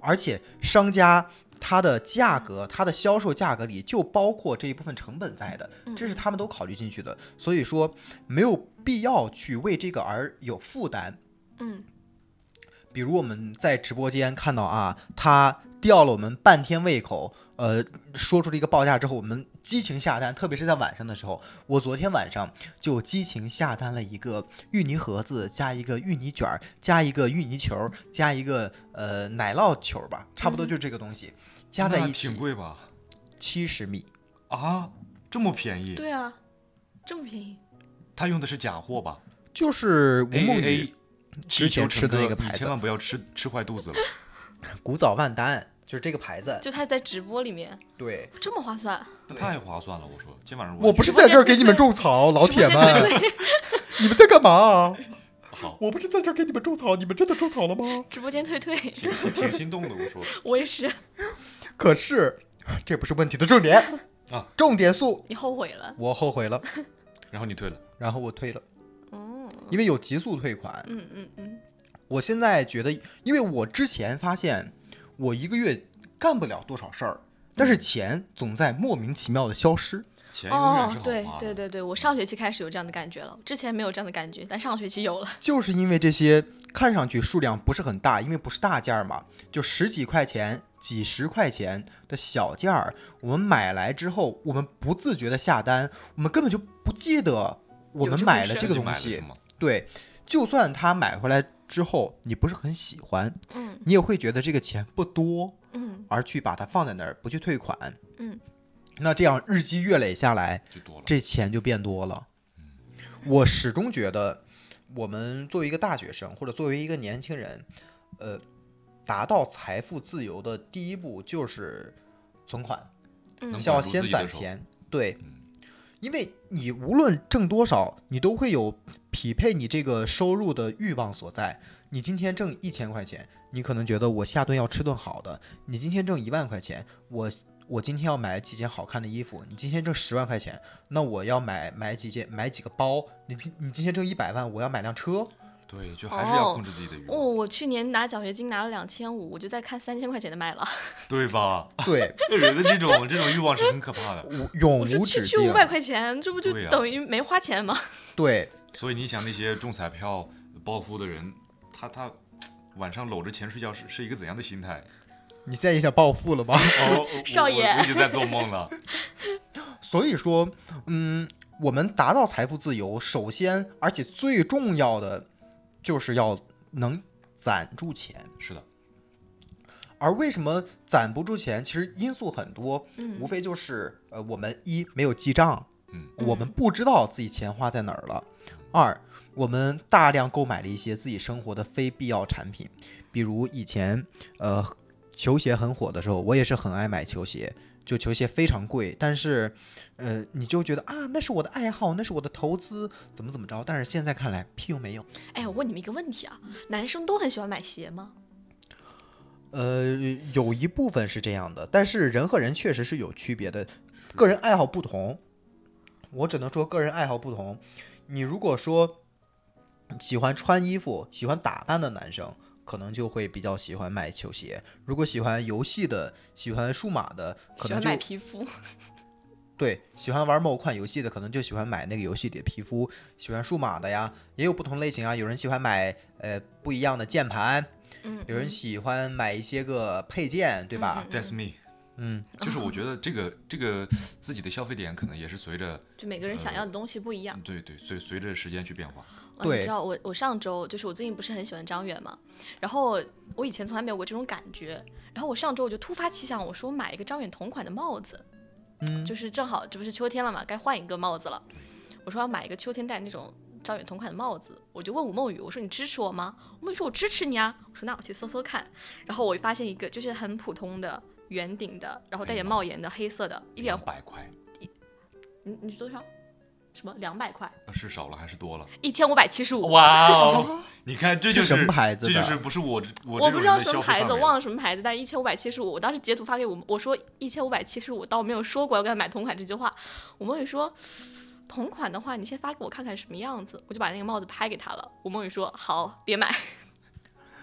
S2: 而且商家它的价格，它的销售价格里就包括这一部分成本在的，这是他们都考虑进去的。所以说，没有必要去为这个而有负担。
S3: 嗯，
S2: 比如我们在直播间看到啊，他吊了我们半天胃口，呃，说出了一个报价之后，我们激情下单，特别是在晚上的时候。我昨天晚上就激情下单了一个芋泥盒子，加一个芋泥卷儿，加一个芋泥球儿，加一个呃奶酪球儿吧，差不多就这个东西，加在
S4: 那
S2: 一起
S4: 挺贵吧？
S2: 七十米。
S4: 啊，这么便宜？
S3: 对啊，这么便宜，
S4: 他用的是假货吧
S2: 就是吴
S4: ？A
S2: 梦
S4: A
S2: 雨
S4: A，
S2: 之前吃的那个牌
S4: 你
S2: 子
S4: 千万不要吃吃坏
S2: <laughs>
S4: 肚子了。
S2: 古早万丹，就是这个牌子。
S3: 就他在直播里面
S2: 对，
S3: 这么划算，
S4: 那太划算了，我说今晚上
S2: 我不
S4: 去
S2: 是在这儿给你们种草，老铁们，你们在干嘛啊？
S4: 好，
S2: 我不是在这儿给你们种草，你们真的种草了吗？
S3: 直播间退退，
S4: 挺挺心动的，我说
S3: 我也是，
S2: <laughs> 可是这不是问题的重点
S4: 啊，
S2: 重点素，
S3: <laughs> 你后悔了，
S2: 我后悔了，
S4: 然后你退了，
S2: 然后我退了，
S3: 嗯
S2: 因为有急速退款。
S3: 嗯嗯嗯，
S2: 我现在觉得，因为我之前发现我一个月干不了多少事儿，但是钱总在莫名其妙的消失。
S4: 钱哎永远是
S3: 哦，
S4: 好
S3: 对
S4: 花的。
S3: 对对对，我上学期开始有这样的感觉了，之前没有这样的感觉，但上学期有了，
S2: 就是因为这些看上去数量不是很大，因为不是大件儿嘛，就十几块钱、几十块钱的小件儿，我们买来之后，我们不自觉的下单，我们根本就不记得我
S3: 有
S2: 们
S3: 这回
S2: 买
S3: 事
S2: 了这
S4: 这
S2: 个
S4: 就
S2: 东
S4: 买了
S2: 西
S4: 是。吗？
S2: 对，就算他买回来之后你不是很喜欢，
S3: 嗯
S2: 你也会觉得这个钱不多，
S3: 嗯
S2: 而去把它放在那儿不去退款。
S3: 嗯，
S2: 那这样日积月累下来，
S4: 就多了。
S2: 这钱就变多了。我始终觉得，我们作为一个大学生或者作为一个年轻人，呃，达到财富自由的第一步就是存款，
S3: 嗯
S4: 能
S2: 需要
S4: 管住自
S2: 先
S4: 己的
S2: 攒
S4: 手，
S2: 钱。对
S4: 嗯，
S2: 因为你无论挣多少，你都会有匹配你这个收入的欲望所在。你今天挣一千块钱，你可能觉得我下顿要吃顿好的；你今天挣一万块钱，我我今天要买几件好看的衣服；你今天挣十万块钱，那我要买买几件买几个包；你今你今天挣一百万，我要买辆
S4: <laughs>
S2: 车。
S4: 对，就还是要
S3: 哦
S4: 控制自己的欲
S3: 哦，
S4: 望，
S3: 我去年拿奖学金拿了两千五，我就在看三千块钱的麦了，
S4: 对吧？
S2: 对，
S4: <laughs> 我觉得这种这种欲望是很可怕的。
S2: 无永
S3: 我说
S2: 无
S3: 区
S2: 止
S3: 区
S2: 境
S3: 五。百块钱，这不就
S4: 对呀
S3: 等于没花钱吗？
S2: 对，
S4: 所以你想那些中彩票暴富的人，他他晚上搂着钱睡觉是是一个怎样的心态？
S2: 你现在也想暴富了吗？
S4: 哦，
S3: <laughs>
S4: 我
S3: 少爷
S4: 我我已经在做梦了。
S2: 所以说，嗯，我们达到财富自由，首先而且最重要的就是要能攒住钱。
S4: <laughs> 是的，
S2: 而为什么攒不住钱，其实因素很多，
S3: 嗯
S2: 无非就是呃，我们一没有记账，
S4: 嗯
S2: 我们不知道自己钱花在哪儿了；二，我们大量购买了一些自己生活的非必要产品，比如以前呃球鞋很火的时候，我也是很爱买球鞋。就球鞋非常贵，但是，呃，你就觉得啊，那是我的爱好，那是我的投资，怎么怎么着？但是现在看来屁用没有。
S3: 哎，我问你们一个问题啊，男生都很喜欢买鞋吗？
S2: 呃，有一部分是这样的，但是人和人确实是有区别的，个人爱好不同。我只能说个人爱好不同。你如果说喜欢穿衣服、喜欢打扮的男生，可能就会比较喜欢买球鞋；如果喜欢游戏的、喜欢数码的，可
S3: 喜
S2: 能
S3: 欢
S2: 就
S3: 买皮肤，
S2: 对喜欢玩某款游戏的，可能就喜欢买那个游戏里的皮肤；喜欢数码的呀，也有不同类型啊。有人喜欢买呃不一样的键盘，
S3: 嗯，
S2: 有人喜欢买一些个配件，对吧？
S4: That's me。
S2: 嗯，
S4: 就是我觉得这个这个自己的消费点可能也是随着
S3: 就每个人想要的东西不一样。
S4: 对对随随着时间去变化。
S3: 哇啊你
S2: 对
S3: 知道我我上周就是我最近不是很喜欢张远嘛，然后我以前从来没有过这种感觉，然后我上周我就突发奇想，我说我买一个张远同款的帽子，
S2: 嗯
S3: 就是正好这不是秋天了嘛，该换一个帽子了，我说要买一个秋天戴那种张远同款的帽子，我就问吴梦雨，我说你支持我吗？吴梦雨说我支持你啊，我说那我去搜搜看，然后我发现一个就是很普通的圆顶的，然后
S2: 哎
S3: 带点帽檐的黑色的，一
S2: 嗯
S3: 点
S4: 两百块
S3: 你你多少？什么两百块？
S4: 啊是少了还是多了？
S3: 一千五百七十五。
S4: 哇哦，你看这就是
S2: 什么牌子的
S4: 这就是不是我我
S3: 我不
S4: 这种
S3: 知
S4: 人
S3: 道
S4: 的
S3: 什
S4: 消
S3: 么
S4: 费
S3: 牌
S4: 范
S3: 子，
S4: 围啊
S3: 忘了什么牌子，但一千五百七十五，我当时截图发给我，我说一千五百七十五，但我没有说过要给他买同款这句话。我梦雨说，同款的话，你先发给我看看什么样子，我就把那个帽子拍给他了。我梦雨说，好，别买。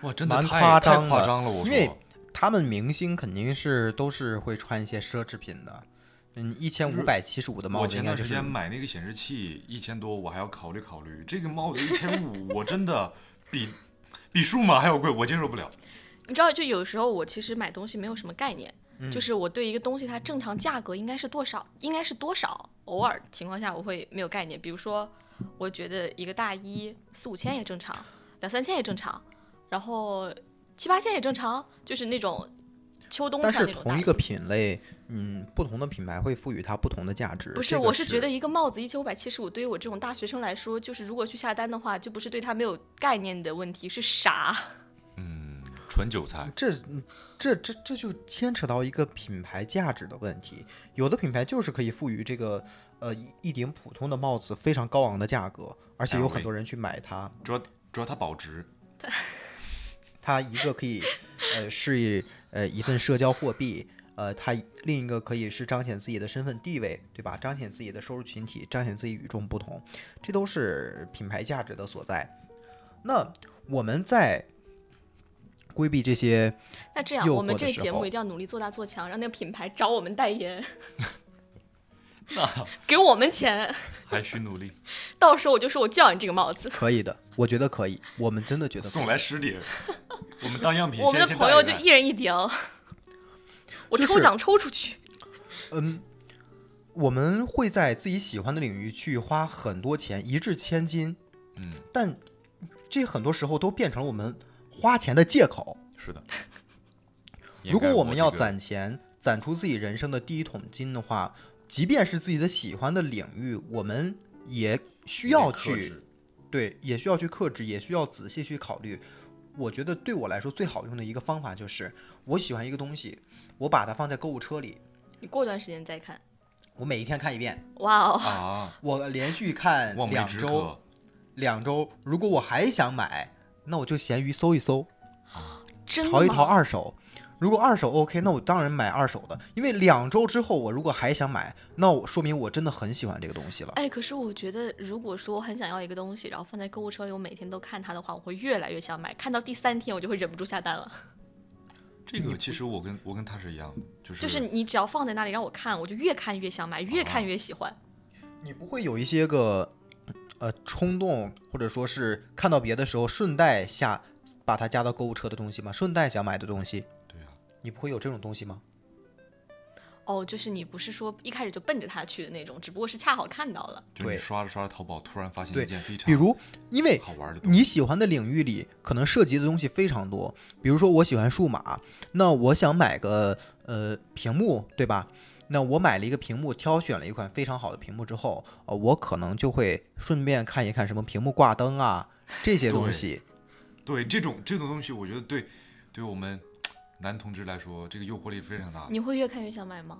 S4: 哇，真的
S2: 蛮
S4: 太
S2: 夸
S4: 太
S2: 张
S4: 夸
S2: 的
S4: 张了，我
S2: 因为
S4: 说
S2: 他们明星肯定是都是会穿一些奢侈品的，嗯，一千五百七十五的帽
S4: 我
S2: 子
S4: 前
S2: 应该
S4: 段
S2: 就
S4: 时
S2: 是
S4: 间买那个显示器一千多，我还要考虑考虑。这个帽子一千五，我真的比比数码还要贵，我接受不了。
S3: 你知道，就有时候我其实买东西没有什么概念，
S2: 嗯
S3: 就是我对一个东西它正常价格应该是多少，应该是多少，偶尔情况下我会没有概念。比如说，我觉得一个大衣四五千也正常，两三千也正常，然后七八千也正常，就是那种秋冬
S2: 但
S3: 穿
S2: 是
S3: 那种大衣。
S2: 同一个品类，嗯，不同的品牌会赋予它不同的价值。
S3: 不是，
S2: 这个
S3: 我
S2: 是
S3: 是觉得一个帽子一千五百七十五，对于我这种大学生来说，就是如果去下单的话，就不是对它没有概念的问题，是傻。
S4: 嗯，纯韭菜，
S2: 这嗯这这这就牵扯到一个品牌价值的问题。有的品牌就是可以赋予这个呃一一顶普通的帽子非常高昂的价格，而且
S4: 啊
S2: 有很多人去买它。
S4: 主要主要它保值。
S2: 它一个可以呃是一呃一份社交货币，呃，它另一个可以是彰显自己的身份地位，对吧？彰显自己的收入群体，彰显自己与众不同，这都是品牌价值的所在。那我们在规避这些，
S3: 那这样，
S2: 诱
S3: 我们
S2: 惑的
S3: 这个
S2: 时
S3: 节
S2: 候
S3: 目一定要努力做大做强，让那个品牌找我们代
S2: <laughs>
S3: 言，给我们钱，
S4: 还需努力，
S3: 到时候我就说我就要你这个帽子。
S2: 可以的，我觉得可以，我们真的觉得可以
S4: 送来十顶， <laughs> 我们当样品。
S3: 我们的
S4: 先先
S3: 朋
S4: 带
S3: 友
S4: 一
S3: 就
S4: 带
S3: 一人一顶，我
S2: 就是
S3: 抽奖抽出去。
S2: 嗯，我们会在自己喜欢的领域去花很多钱，一掷千金。
S4: 嗯，
S2: 但这很多时候都变成了我们花钱的借口。
S4: 是的。
S2: <laughs> 如果
S4: 我
S2: 我们要
S4: 这个
S2: 攒钱，攒出自己人生的第一桶金的话，即便是自己的喜欢的领域，我们也需要
S4: 克
S2: 去
S4: 制
S2: 对，也需要去克制，也需要仔细去考虑。我觉得对我来说最好用的一个方法就是，我喜欢一个东西，我把它放在购物车里，
S3: 你过段时间再看，
S2: 我每一天看一遍，
S3: 哇哦，
S4: 啊，
S2: 我连续看
S4: 望梅
S2: 两
S4: 止
S2: 周，
S4: 渴，
S2: 两周，如果我还想买，那我就闲鱼搜一搜，
S3: 真的
S2: 淘一
S3: 吗
S2: 淘二手。如果二手 OK，那我当然买二手的，因为两周之后我如果还想买，那我说明我真的很喜欢这个东西了。
S3: 哎，可是我觉得，如果说我很想要一个东西，然后放在购物车里，我每天都看它的话，我会越来越想买。看到第三天，我就会忍不住下单了。
S4: 这个其实我跟我跟他是一样的，就是
S3: 就是你只要放在那里让我看，我就越看越想买，越看
S4: 哦
S3: 越喜欢。
S2: 你不会有一些个呃冲动，或者说是看到别的时候顺带下把它加到购物车的东西吗？顺带想买的东西，
S4: 对啊，
S2: 你不会有这种东西吗？
S3: 哦，就是你不是说一开始就奔着它去的那种，只不过是恰好看到了。
S4: 就是
S2: 对
S4: 你刷着刷着淘宝，突然发现
S2: 对
S4: 一件非常
S2: 比如，因为
S4: 好玩的东西，
S2: 你喜欢的领域里，可能涉及的东西非常多。比如说，我喜欢数码，那我想买个呃屏幕，对吧？那我买了一个屏幕，挑选了一款非常好的屏幕之后，呃，我可能就会顺便看一看什么屏幕挂灯啊这些东西。
S4: 对这种这种东西，我觉得对对我们男同志来说，这个诱惑力非常大。
S3: 你会越看越想买吗？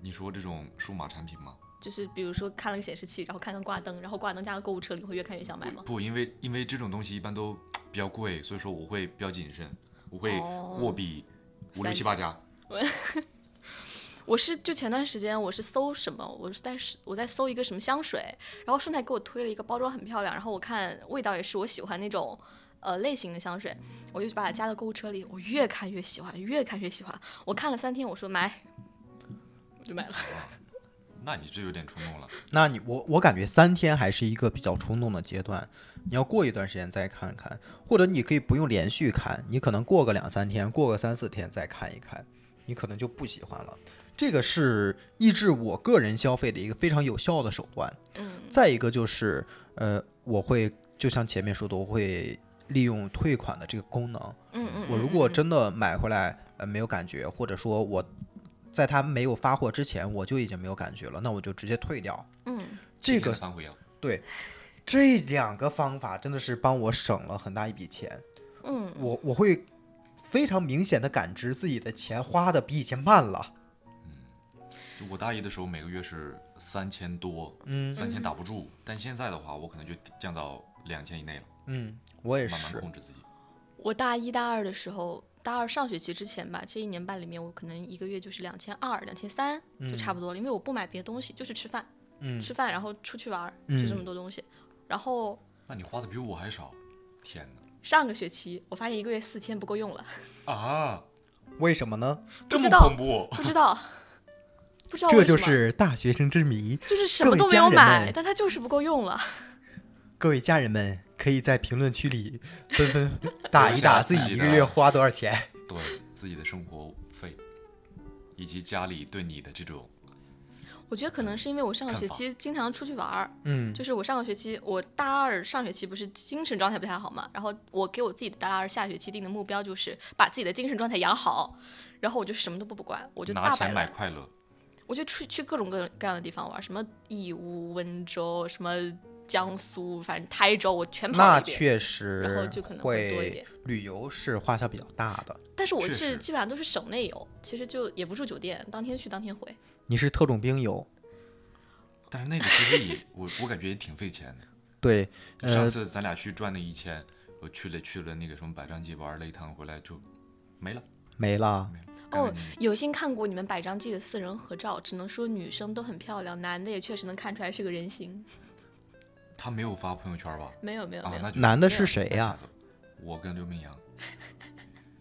S4: 你说这种数码产品吗？
S3: 就是比如说看了个显示器，然后看看挂灯，然后挂灯加到购物车里，会越看越想买吗？
S4: 不，因为因为这种东西一般都比较贵，所以说我会比较谨慎，我会
S3: 哦
S4: 货比五六
S3: 三
S4: 七
S3: 千
S4: 八家。
S3: 我是就前段时间我是搜什么，我是在我在搜一个什么香水，然后顺带给我推了一个包装很漂亮，然后我看味道也是我喜欢那种呃类型的香水，我就把它加到购物车里，我越看越喜欢，越看越喜欢，我看了三天，我说买，我就买了。
S4: 那你这有点冲动了。
S2: 那你我我感觉三天还是一个比较冲动的阶段，你要过一段时间再看看，或者你可以不用连续看，你可能过个两三天，过个三四天再看一看，你可能就不喜欢了。这个是抑制我个人消费的一个非常有效的手段。
S3: 嗯
S2: 再一个就是，呃，我会就像前面说的，我会利用退款的这个功能，
S3: 嗯嗯。
S2: 我如
S3: 嗯
S2: 果
S3: 嗯
S2: 真的买回来呃没有感觉，或者说我在它没有发货之前我就已经没有感觉了，那我就直接退掉。
S3: 嗯
S2: 这
S4: 今天
S2: 个
S4: 的反悔药，啊
S2: 对，这两个方法真的是帮我省了很大一笔钱。
S3: 嗯
S2: 我我会非常明显的感知自己的钱花的比以前慢了。
S4: 就我大一的时候每个月是三千多，
S2: 嗯
S4: 三千打不住，但现在的话，我可能就降到两千以内了，
S2: 嗯，我也
S4: 慢慢
S2: 是。
S4: 控制自己。
S3: 我大一大二的时候，大二上学期之前吧，这一年半里面，我可能一个月就是两千二、两千三就差不多了，因为我不买别的东西，就是吃饭，
S2: 嗯
S3: 吃饭然后出去玩儿，
S2: 嗯
S3: 就这么多东西。然后
S4: 那你花的比我还少，天哪！
S3: 上个学期，我发现一个月四千不够用了，
S4: 啊，
S2: 为什么呢？
S4: 这
S3: 知
S4: 么
S3: 道
S4: 恐怖！
S3: 不知道，不知道
S2: 这
S3: 为什
S2: 就
S3: 么
S2: 是大学生之谜。
S3: 就是什
S2: 各
S3: 么
S2: 位
S3: 都没
S2: 家
S3: 有
S2: 人
S3: 买
S2: 们，
S3: 但它就是不够用了。
S2: 各位家人们可以在评论区里纷
S4: <laughs>
S2: 纷打一打自己一个月花多
S3: <laughs>
S2: 少钱。
S4: 对自己的生活费，以及家里对你的这种，
S3: 我觉得可能是因为我上个
S4: 看
S3: 学
S4: 法
S3: 期经常出去玩儿，
S2: 嗯
S3: 就是我上个学期，我大二上学期不是精神状态不太好嘛，然后我给我自己的大二下学期定的目标就是把自己的精神状态养好，然后我就什么都不不管，我就
S4: 拿
S3: 大摆
S4: 钱买
S3: 烂，
S4: 快乐，
S3: 我就去去各种各各样的地方玩，什么义乌、温州，什么江苏，反正台州，我全跑了
S2: 那
S3: 一遍。
S2: 确
S3: 然后
S2: 实
S3: 就可能会多一
S2: 会
S3: 点
S2: 旅游是花销比较大的。
S3: 但是我是
S4: 确实
S3: 基本上都是省内游，其实就也不住酒店，当天去当天回。
S2: 你是特种兵游，
S4: 但是那个其实也我我感觉也挺费钱
S2: <laughs>
S4: 的。
S2: 对，
S4: 上
S2: 呃，
S4: 次咱俩去赚那一千，我去了去了那个什么百丈记玩了一趟，回来就没了。
S2: 没了。
S4: 感
S3: 哦
S4: 觉你，
S3: 有幸看过你们百张记的四人合照，只能说女生都很漂亮，男的也确实能看出来是个人形。
S4: 他没有发朋友圈吧？
S3: 没有没有
S4: 啊
S3: 没，有，
S4: 那就
S2: 男的是谁
S4: 那
S2: 呀、
S4: 吓死我我跟刘明阳，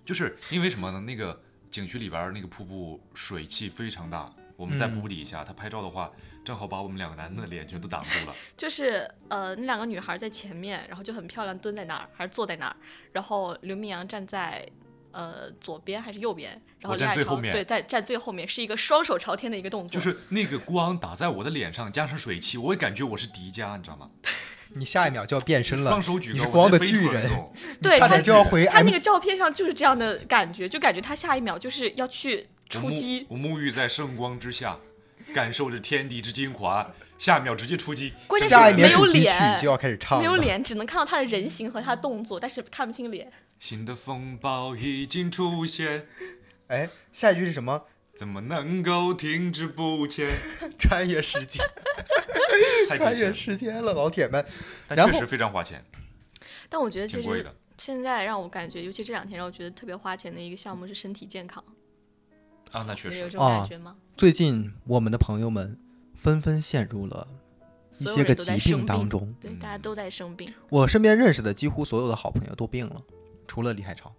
S4: 就是因为什么呢？那个景区里边儿那个瀑布水汽非常大，我们在
S2: 嗯
S4: 瀑布底下，他拍照的话，正好把我们两个男的脸全都挡住了。
S3: 就是呃，那两个女孩在前面，然后就很漂亮，蹲在那儿还是坐在那儿，然后刘明阳站在呃左边还是右边，然后
S4: 我站
S3: 李海
S4: 最后
S3: 涛
S4: 面
S3: 对，在站最后面是一个双手朝天的一个动作，
S4: 就是那个光打在我的脸上，加上水汽，我也感觉我是迪迦，你知道吗？
S2: 你下一秒就要变身了，
S4: 双手举
S2: 你
S4: 高，
S2: 是
S4: 我
S2: 光的
S4: 直接飞
S2: 巨
S4: 出来那
S2: <laughs> 人，
S4: 种
S3: 对
S2: 差点
S3: 他
S2: 就要回
S3: 他
S2: M
S3: 那个照片上就是这样的感觉，就感觉他下一秒就是要去出
S4: 我沐
S3: 击，
S4: 我沐浴在圣光之下，感受着天地之精华，下一秒直接出击。
S3: 关键是
S2: 下一年
S3: 没有
S2: 主题曲
S3: 脸
S2: 就要开始唱
S3: 没有
S2: 了。
S3: 脸，只能看到他的人形和他的动作，但是看不清脸。
S4: 新的风暴已经出现，
S2: 哎，下一句是什么？ <laughs>
S4: 怎么能够停滞不前？
S2: 穿越时间，
S4: 太
S2: 穿
S4: 贴切
S2: 越
S4: 了，
S2: 时间了，老铁们。然
S4: 但
S2: 后
S4: 确实非常花钱，
S3: 但我觉得其
S4: 挺贵
S3: 实
S4: 的。
S3: 现在让我感觉，尤其这两天让我觉得特别花钱的一个项目是身体健康，
S4: 啊，那确
S3: 你们有
S4: 实
S3: 这种
S2: 啊
S3: 感觉吗？
S2: 最近我一些个疾病当中我们的朋友们纷纷陷入了一
S3: 所有
S2: 些
S3: 人
S2: 个
S3: 都在
S2: 疾
S3: 生病
S2: 病当中。
S3: 对，大家都在生病。
S2: 我身边认识的几乎所有的好朋友都病了，除了李海潮，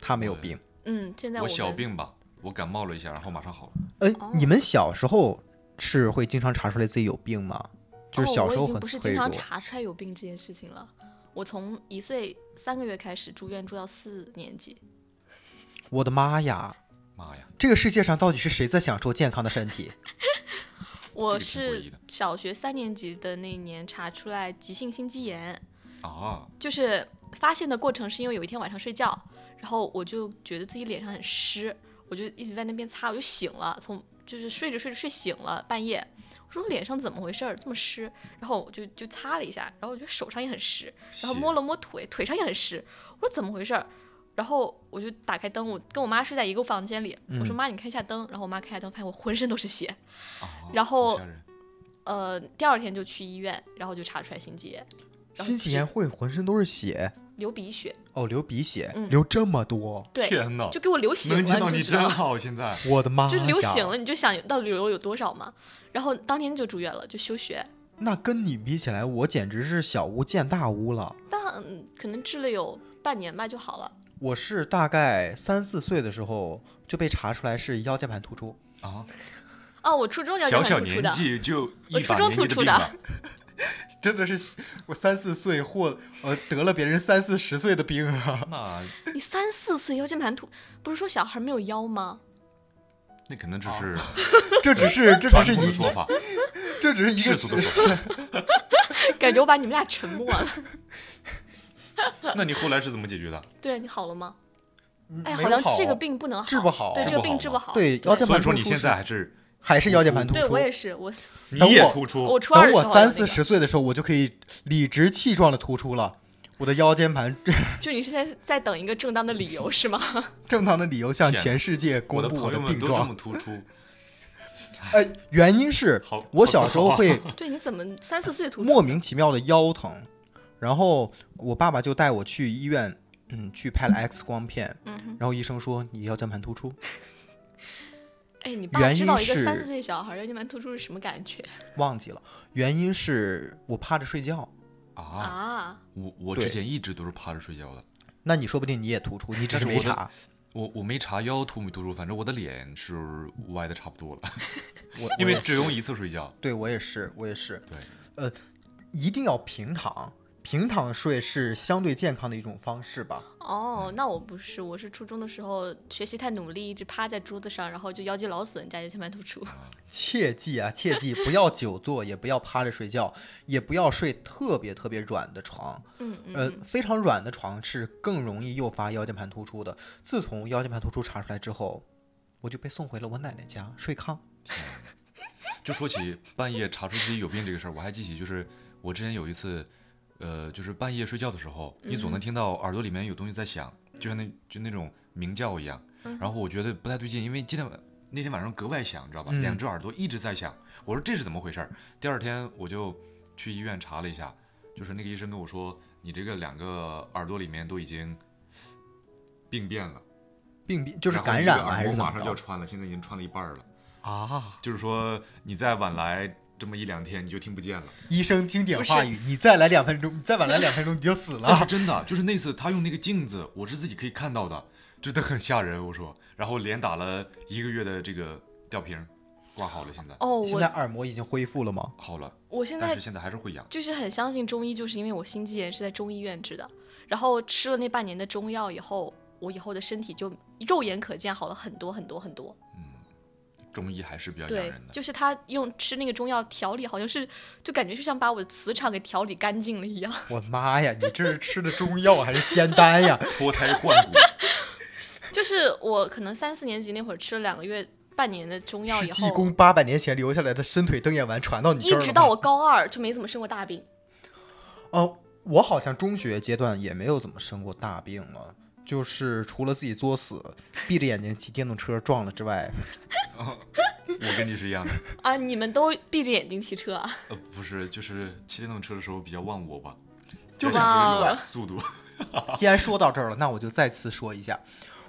S2: 他没有病。
S3: 嗯，现在
S4: 我
S3: 们
S4: 小病吧，我感冒了一下，然后马上好了。
S2: 呃
S3: 哦，
S2: 你们小时候是会经常查出来自己有病吗？就是
S3: 哦
S2: 小时候
S3: 我已经
S2: 很
S3: 不是
S2: 脆
S3: 经
S2: 弱
S3: 常。查出来有病这件事情了。我从一岁三个月开始住院，住到四年级。
S2: 我的妈呀！
S4: 妈呀，
S2: 这个世界上到底是谁在享受健康的身体？
S3: 我
S4: 这个挺诡
S3: 是
S4: 异的
S3: 小学三年级的那一年查出来急性心肌炎，
S4: 啊，
S3: 就是发现的过程是因为有一天晚上睡觉，然后我就觉得自己脸上很湿，我就一直在那边擦，我就醒了，从就是睡着睡着睡醒了，半夜。我说我脸上怎么回事儿这么湿？然后我就就擦了一下，然后我觉得手上也很湿，然后摸
S4: 了
S3: 了摸腿，腿上也很湿。我说怎么回事儿？然后我就打开灯，我跟我妈睡在一个房间里。我说妈，你开一下灯。然后我妈开下灯，发现我浑身都是血。
S4: 啊，
S3: 然后
S4: 好吓人
S3: 呃，第二天就去医院，然后就查出来心肌炎。然后
S2: 心
S3: 是
S2: 肌炎会浑身都是血，
S3: 流鼻血，
S2: 哦，流鼻血，
S3: 嗯
S2: 流这么多，
S3: 对，
S4: 天哪，
S3: 就给我流血了，
S4: 哦能见到
S3: 你
S4: 你
S3: 知道
S4: 真
S3: 吗
S4: 好，啊现在
S2: 我的妈
S3: <laughs>
S2: 呀！
S3: 就流醒了，你就想到底流有多少嘛。然后当天就住院了，就休学，
S2: 那跟你比起来，我简直是小巫见大巫了。
S3: 但嗯可能治了有半年吧就好了。
S2: 我是大概三四岁的时候就被查出来是腰间盘突出，
S4: 啊，
S3: 哦，我初中腰间
S4: 小
S3: 盘
S4: 小
S3: 突出
S4: 年
S3: 的，
S4: 纪就
S3: 我
S4: 一
S3: 初
S4: 把
S3: 中
S4: 年
S3: 突
S4: 纪的
S3: 出
S4: 病了
S3: <laughs> 的，，
S2: <laughs> 真的是我三四岁或呃得了别人三四十岁的病 <laughs> 啊。
S4: 那
S3: 你三四岁腰间盘突，不是说小孩没有腰吗？
S4: 那可能
S3: 哦
S2: <laughs> 这
S4: 只是
S2: 只是这只
S4: 传
S2: 是
S4: 统的
S2: 一
S4: 说
S2: <laughs>
S4: 法，
S2: 这只是一
S4: 世
S2: 个
S4: 俗的说法。
S3: 感觉我把你们俩沉默了。
S4: <laughs> 那你后来是怎么解
S2: <laughs>
S4: 决的？
S3: 对你好了吗？
S2: 嗯
S3: 哎，
S2: 没
S3: 好
S2: 有
S3: 像这个病不能好，
S2: 治不好
S3: 对，
S4: 治
S3: 这个
S4: 不好
S3: 病治不
S4: 吗
S3: 好。
S2: 对腰间
S4: 所
S2: 盘
S4: 以
S2: 突出
S4: 说你现在还是
S2: 还是腰间盘突
S3: 对
S2: 出
S3: 我。也是，我
S4: 你
S2: 等
S4: 也
S2: 我
S4: 突出，
S3: 我初二的
S2: 等
S3: 时候
S2: 我
S3: 有
S2: 三
S3: 那
S2: 四
S3: 个
S2: 十岁的时候，我就可以理直气壮的突出了。我的腰间盘
S3: 就你是现在在等一个正当的理由是
S2: <laughs>
S3: 吗？
S2: 正当的理由向
S4: 天
S2: 全世界
S4: 我
S2: 公
S4: 的
S2: 布
S4: 朋
S2: 我的
S4: 友们
S2: 病
S4: 都这
S2: 状
S4: 么。
S2: <laughs>
S4: 突出，
S2: 呃，原因是
S4: 好好
S2: 我小时候会
S3: 对，你怎么三四岁突出？
S2: 莫名其妙的腰疼，然后我爸爸就带我去医院，嗯，去拍了 X 光片，
S3: 嗯
S2: 然后医生说你腰间盘突出，
S3: 哎，你爸
S2: 原
S3: 知
S2: 因
S3: 道一个
S2: 是
S3: 三四岁小孩腰间盘突出是什么感觉
S2: 忘记了，原因是我趴着睡觉。
S4: 啊，
S3: 啊？
S4: 我我
S2: 对
S4: 之前一直都是趴着睡觉的，
S2: 那你说不定你也突出，你只是
S4: 但是
S2: 没
S4: 我的
S2: 查。
S4: 我我没查腰突没突出，反正我的脸是歪的差不多了，
S2: 我
S4: <laughs> 因为
S2: 我也
S4: 只用一次睡觉。
S2: 对我也是，我也是。
S4: 对，
S2: 呃，一定要平躺，平躺睡是相对健康的一种方式吧？
S3: 哦，那我不是，我是初中的时候学习太努力，一直趴在桌子上，然后就腰肌劳损加腰间盘突
S4: <laughs>
S3: 出。
S2: 切记啊，切记不要久坐，也不要趴着睡觉，也不要睡特别特别软的床。
S3: 嗯嗯
S2: 呃，非常软的床是更容易诱发腰间盘突出的。自从腰间盘突出查出来之后，我就被送回了我奶奶家睡炕。
S4: 就说起半夜查出自己有病这个事儿，我还记起就是我之前有一次，呃，就是半夜睡觉的时候，你总能听到耳朵里面有东西在响，就像那就那种鸣叫一样。然后我觉得不太对劲，因为今天晚那天晚上格外响，你知道吧？
S2: 嗯
S4: 两只耳朵一直在响，我说这是怎么回事儿？第二天我就去医院查了一下，就是那个医生跟我说，你这个两个耳朵里面都已经病变了，
S2: 病病就是
S4: 然后
S2: 感
S4: 一个
S2: 染了
S4: 耳
S2: 还
S4: 膜
S2: 是怎
S4: 马
S2: 么
S4: 上就要
S2: 着？
S4: 穿了，现在已经穿了一半儿了。
S2: 啊！
S4: 就是说你再晚来这么一两天，你就听不见了。
S2: 医生经典
S3: 不是
S2: 话语：你再来两分钟，你再晚来两分钟你就死
S4: 但是
S2: 了。
S4: 真的，就是那次他用那个镜子，我是自己可以看到的，真的很吓人。我说，然后连打了一个月的这个吊瓶，挂好了，现在
S3: 哦，
S2: 现在
S3: 我
S2: 耳膜已经恢复了吗？
S4: 好了，
S3: 我现
S4: 但
S3: 在
S4: 是现在还是会痒。
S3: 就是很相信中医，就是因为我心肌炎是在中医院治的，然后吃了那半年的中药以后，我以后的身体就肉眼可见好了很多很多很多。
S4: 中医还是比较养
S3: 对
S4: 人，的。
S3: 就是他用吃那个中药调理，好像是就感觉就像把我的磁场给调理干净了一样。 <laughs>
S2: 我妈呀，你这是吃的中药还是仙丹呀？
S4: 脱胎换骨，
S3: 就是我可能三四年级那会儿吃了两个月、半年的中药
S2: 是
S3: 以
S2: 济
S3: 后
S2: 公，八百年前留下来的伸腿瞪眼丸传到你
S3: 一
S2: 这儿了吗
S3: 直到我高二就没怎么生过大病。
S2: 呃，我好像中学阶段也没有怎么生过大病了，就是除了自己作死、闭着眼睛骑电动车撞了之外，
S4: 我跟你是一样的。
S3: 啊，你们都闭着眼睛骑车啊？
S4: 呃，不是，就是骑电动车的时候比较忘我吧，
S2: 就
S4: 想
S3: 忘
S4: 追
S3: 了
S4: 赶速度。 <laughs>
S2: 既然说到这儿了，那我就再次说一下，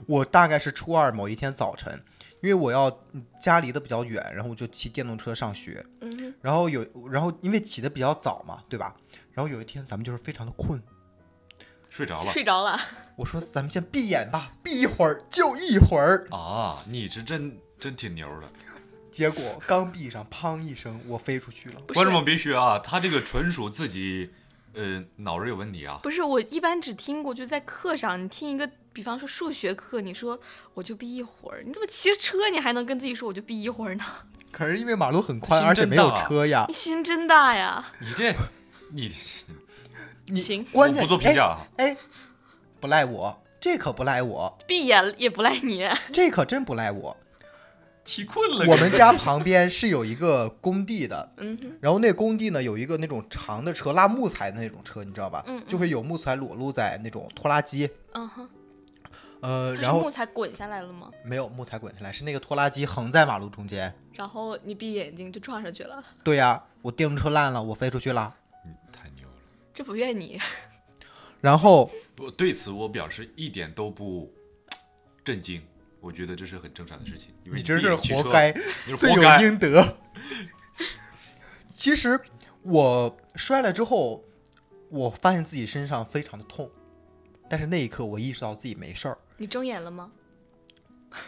S2: 我大概是初二某一天早晨，因为我要家离得比较远，然后我就骑电动车上学，
S3: 嗯，
S2: 然后有，然后因为起得比较早嘛，对吧？然后有一天咱们就是非常的困，
S4: 睡着了
S3: 睡着了。啊
S2: 我说咱们先闭眼吧，闭一会儿就一会儿，
S4: 啊！你是真真挺牛的，
S2: 结果刚闭上，砰一声，我飞出去了。
S3: 不是
S4: 观众们别学啊！他这个纯属自己，呃，脑子有问题啊。
S3: 不是，我一般只听过，就在课上，你听一个，比方说数学课，你说我就闭一会儿，你怎么骑着车你还能跟自己说我就闭一会儿呢？
S2: 可是因为马路很宽，
S4: 心
S2: 而且
S4: 真
S2: 没有
S4: 大啊
S2: 车呀
S3: 你。心真大呀！
S4: 你这，你
S2: 你
S3: 行
S2: 关键
S4: 我不做评价啊。
S2: 哎，哎不赖我，这可不赖我，
S3: 闭眼也不赖你。
S2: 这可真不赖我。
S4: 气困了。
S2: 我们家旁边是有一个工地的，
S3: 嗯哼，
S2: 然后那工地呢有一个那种长的车，拉木材的那种车，你知道吧？就会有木材裸露在那种拖拉机，
S3: 嗯哼，
S2: 呃，
S3: 它是
S2: 然后
S3: 木材滚下来了吗？
S2: 没有木材滚下来，是那个拖拉机横在马路中间。
S3: 然后你闭眼睛就撞上去了，
S2: 对呀、我电动车烂了，我飞出去了。
S4: 太牛了，
S3: 这不怨你。
S2: 然后
S4: 我对此我表示一点都不震惊，我觉得这是很正常的事情。因为
S2: 你真
S4: 毕
S2: 是
S4: 竟骑
S2: 活
S4: 车
S2: 该，， <laughs>
S4: 你是
S2: 罪
S4: 活
S2: 有
S4: 该。
S2: 应得。其实我摔了之后，我发现自己身上非常的痛，但是那一刻我意识到自己没事儿。
S3: 你睁眼了吗？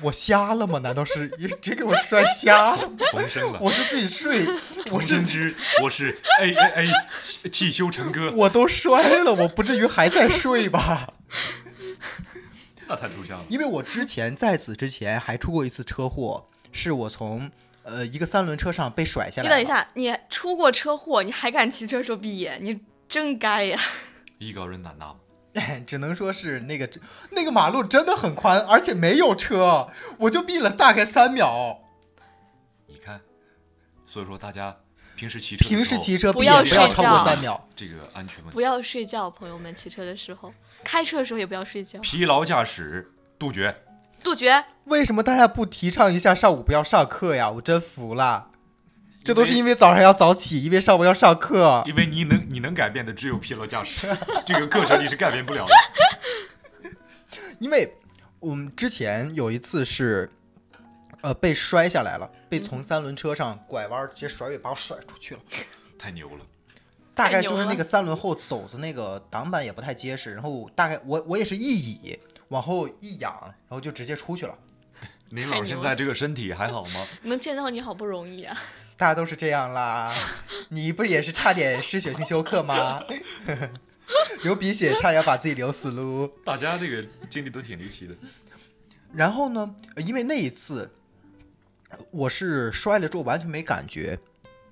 S2: 我瞎了吗？难道是你直接给我摔瞎了？
S4: 重生了，
S2: 我是自己睡，我
S4: 重
S2: 是
S4: 生之，我是 A A A 汽修成哥，
S2: 我都摔了，我不至于还在睡吧？
S4: 那太抽象了。
S2: 因为我之前在此之前还出过一次车祸，是我从呃一个三轮车上被甩下来。
S3: 你等一，下，你出过车祸，你还敢骑车说闭眼，你真该呀！
S4: 艺高人胆大嘛，
S2: <laughs> 只能说是那个那个马路真的很宽，而且没有车，我就闭了大概三秒。
S4: 你看，所以说大家平时骑车的时候，
S2: 平时骑车
S3: 不
S2: 闭
S3: 要
S2: 眼不要
S3: 睡
S2: 超过
S3: 觉
S2: 三秒。
S4: 这个安全问
S3: 不
S4: 题，
S3: 要睡觉，朋友们，骑车的时候，开车的时候也不要睡觉。
S4: 疲劳驾驶杜绝。
S3: 杜绝，
S2: 为什么大家不提倡一下上午不要上课呀？我真服了。这都是因为早上要早起，因为上午要上课。
S4: 因为你能你能改变的只有疲劳驾 <laughs> 驶，这个课程你是改变不了的。
S2: 因为我们之前有一次是，呃，被摔下来了，被从三轮车上拐弯儿直接甩尾把我甩出去了。
S4: 太牛了，
S2: 大
S3: 太
S2: 概
S3: 牛
S2: 就是那
S3: 了
S2: 个三轮后斗子那个挡板也不太结实，然后大概我我也是一倚往后一仰，然后就直接出去了。
S4: 您
S3: 太
S4: 老师
S3: 牛
S4: 现
S3: 了
S4: 在这个身体还好吗？
S3: 能见到你好不容易啊！
S2: 大家都是这样啦，你不也是差点失血性休克吗？ <laughs> 流鼻血差点把自己流死喽。
S4: <laughs> 大家这个经历都挺离奇的。
S2: 然后呢，呃因为那一次我是摔了之后完全没感觉，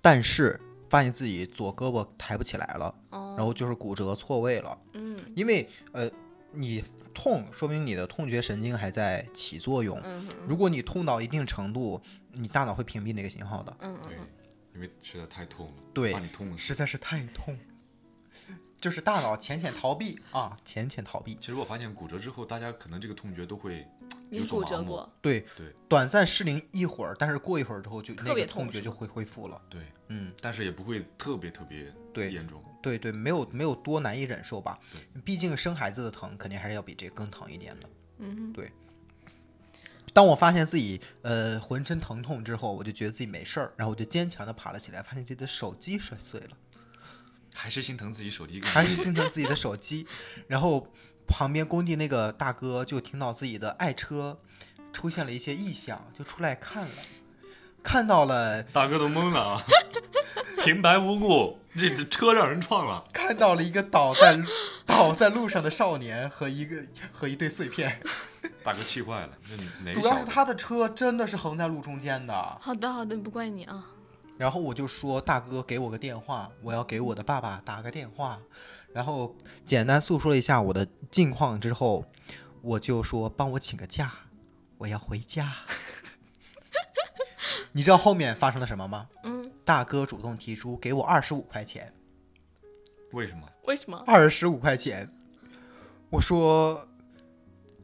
S2: 但是发现自己左胳膊抬不起来了，然
S3: 哦，
S2: 后就是骨折错位了。
S3: 嗯
S2: 因为呃，你痛说明你的痛觉神经还在起作用。
S3: 嗯嗯
S2: 如果你痛到一定程度，你大脑会屏蔽那个信号的。
S3: 嗯
S4: 对
S3: 嗯，，
S4: 因为实在太痛了，
S2: 对
S4: 把你痛死。
S2: 实在是太痛，就是大脑浅浅逃避啊，浅浅逃避。
S4: 其实我发现骨折之后，大家可能这个痛觉都会
S3: 你
S4: 有所
S3: 骨
S4: 麻
S3: 折
S4: 木
S3: 过，
S2: 对
S4: 对
S2: 短暂失灵一会儿，但是过一会儿之后就那
S3: 别
S2: 个
S3: 痛
S2: 痛觉
S3: 是
S2: 就
S3: 吗
S2: 会恢复了。
S4: 对，
S2: 嗯，
S4: 但是也不会特别特别
S2: 对
S4: 严重。
S2: 对对，没有没有多难以忍受吧？毕竟生孩子的疼肯定还是要比这个更疼一点的。
S3: 嗯
S2: 对。当我发现自己呃浑身疼痛之后，我就觉得自己没事儿，然后我就坚强的爬了起来，发现自己的手机摔碎了，
S4: 还是心疼自己手机更
S2: 还是心疼自己的手机。然后旁边工地那个大哥就听到自己的爱车出现了一些异响，就出来看了，看到了
S4: <laughs> 大哥都懵了啊，平白无故这这车让人撞了，
S2: 看到了一个倒在倒在路上的少年和一个和一堆碎片。
S4: 大哥气坏了。那哪个
S2: 主要
S4: 小
S2: 是
S4: 子？
S2: 他的车真的是横在路中间的。
S3: 好的好的，不怪你啊。
S2: 然后我就说：“大哥，给我个电话，我要给我的爸爸打个电话。”然后简单诉说了一下我的近况之后，我就说：“帮我请个假，我要回家。”你知道后面发生了什么吗？
S3: 嗯，
S2: 大哥主动提出给我二十五块钱，
S4: 为什么？
S3: 为什么？
S2: 二十五块钱。我说：“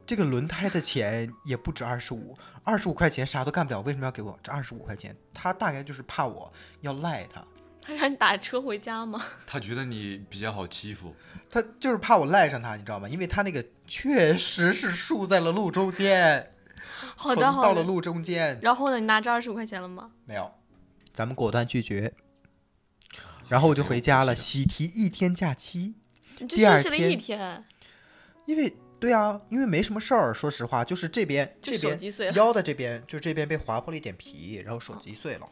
S2: 这个轮胎的钱也不止二十五，二十五块钱啥都干不了，为什么要给我这二十五块钱？”他大概就是怕我要赖他。
S3: 他让你打车回家
S2: <laughs>
S3: 吗？
S4: 他觉得你比较好欺负， <laughs>
S2: 他就是怕我赖上他，你知道吗？因为他那个确实是竖在了路中间，
S3: 好
S2: 横
S3: 的
S2: 到
S3: 好
S2: 了
S3: 的。
S2: 路中间。
S3: 然后呢？你拿着二十五块钱了吗？
S2: 没有，咱们果断拒绝。然后我就回家了，喜提一天假期，
S3: 你就
S2: 第二
S3: 休息了一
S2: 天
S3: 天，
S2: 因为对啊，因为没什么事儿。说实话，就是这边
S3: 就
S2: 这
S3: 手
S2: 边
S3: 机碎了。
S2: 腰的这边，就这边被划破了一点皮，然后手机碎了。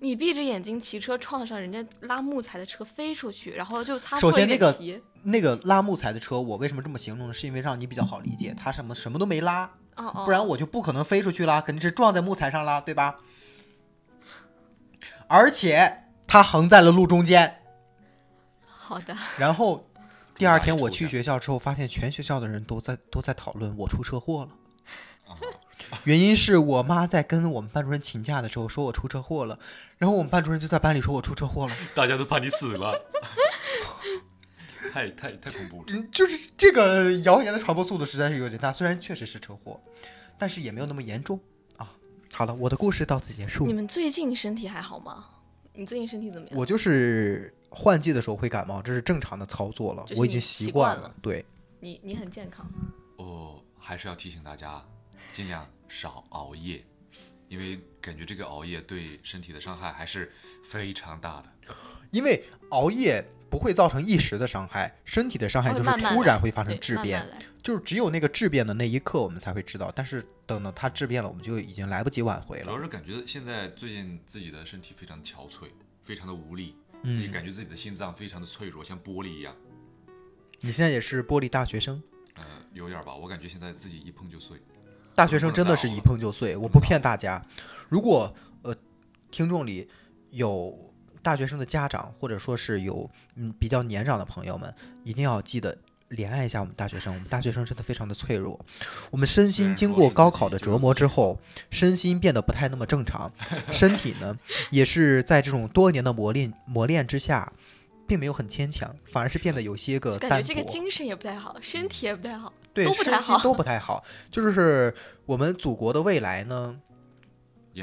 S3: 你闭着眼睛骑车撞上人家拉木材的车飞出去，然后就擦
S2: 首
S3: 破
S2: 先
S3: 一
S2: 那
S3: 点
S2: 个
S3: 皮
S2: 那个拉木材的车，我为什么这么形容呢？是因为让你比较好理解，它什么什么都没拉，
S3: 哦哦，
S2: 不然我就不可能飞出去啦，肯定是撞在木材上啦，对吧？而且它横在了路中间。
S3: 好的，
S2: 然后第二天
S4: 出来
S2: 我去学校之后，发现全学校的人都在都在讨论我出车祸了。
S4: 啊，
S2: 原因是我妈在跟我们班主任请假的时候说我出车祸了，然后我们班主任就在班里说我出车祸了。 <laughs>
S4: 大家都怕你死了， <laughs> 太太太恐怖了。
S2: 嗯，就是这个谣言的传播速度实在是有点大，虽然确实是车祸，但是也没有那么严重啊。好了，我的故事到此结束
S3: 你。们最近身体还好吗？你最近身体怎么样？
S2: 我就是换季的时候会感冒，这是正常的操作了，
S3: 就是
S2: 我已经
S3: 你
S2: 习
S3: 习惯
S2: 了
S3: 了。
S2: 对，
S3: 你你很健康，
S4: 哦，还是要提醒大家，尽量少熬夜，因为感觉这个熬夜对身体的伤害还是非常大的。
S2: 因为熬夜不会造成一时的伤害，身体的伤害
S3: 它
S2: 就
S3: 会哦
S2: 是
S3: 慢慢
S2: 突
S3: 来
S2: 然会发生
S3: 对，
S2: 质
S3: 慢
S2: 变，
S3: 慢来。
S2: 就是只有那个质变的那一刻，我们才会知道。但是等到它质变了，我们就已经来不及挽回
S4: 主要
S2: 了。
S4: 是感觉现在最近自己的身体非常憔悴，非常的无力，
S2: 嗯
S4: 自己感觉自己的心脏非常的脆弱，像玻璃一样。
S2: 你现在也是玻璃大学生，
S4: 呃，有点儿吧，我感觉现在自己一碰就碎。
S2: 大学生真的是一碰就碎，我不骗大家。如果呃，听众里有大学生的家长，或者说是有嗯比较年长的朋友们，一定要记得怜爱一下我们大学生。我们大学生真的非常的脆弱，我们身
S4: 虽
S2: 心
S4: 然
S2: 经
S4: 说
S2: 过
S4: 是
S2: 高
S4: 自己
S2: 考的
S4: 折
S2: 折
S4: 磨
S2: 磨
S4: 自
S2: 之
S4: 己
S2: 后，身心变得不太那么正
S3: <laughs>
S2: 常，身体呢也是在这种多年的磨练磨练之下。并没有很坚强，反而是变得有些个
S3: 就
S2: 单
S3: 感
S2: 薄。嗯
S3: 觉这个精神也不太好，身体也不太好。
S2: 对
S3: 都不
S2: 身
S3: 太
S2: 心
S3: 好
S2: 都不太好。就是我们祖国的未来呢，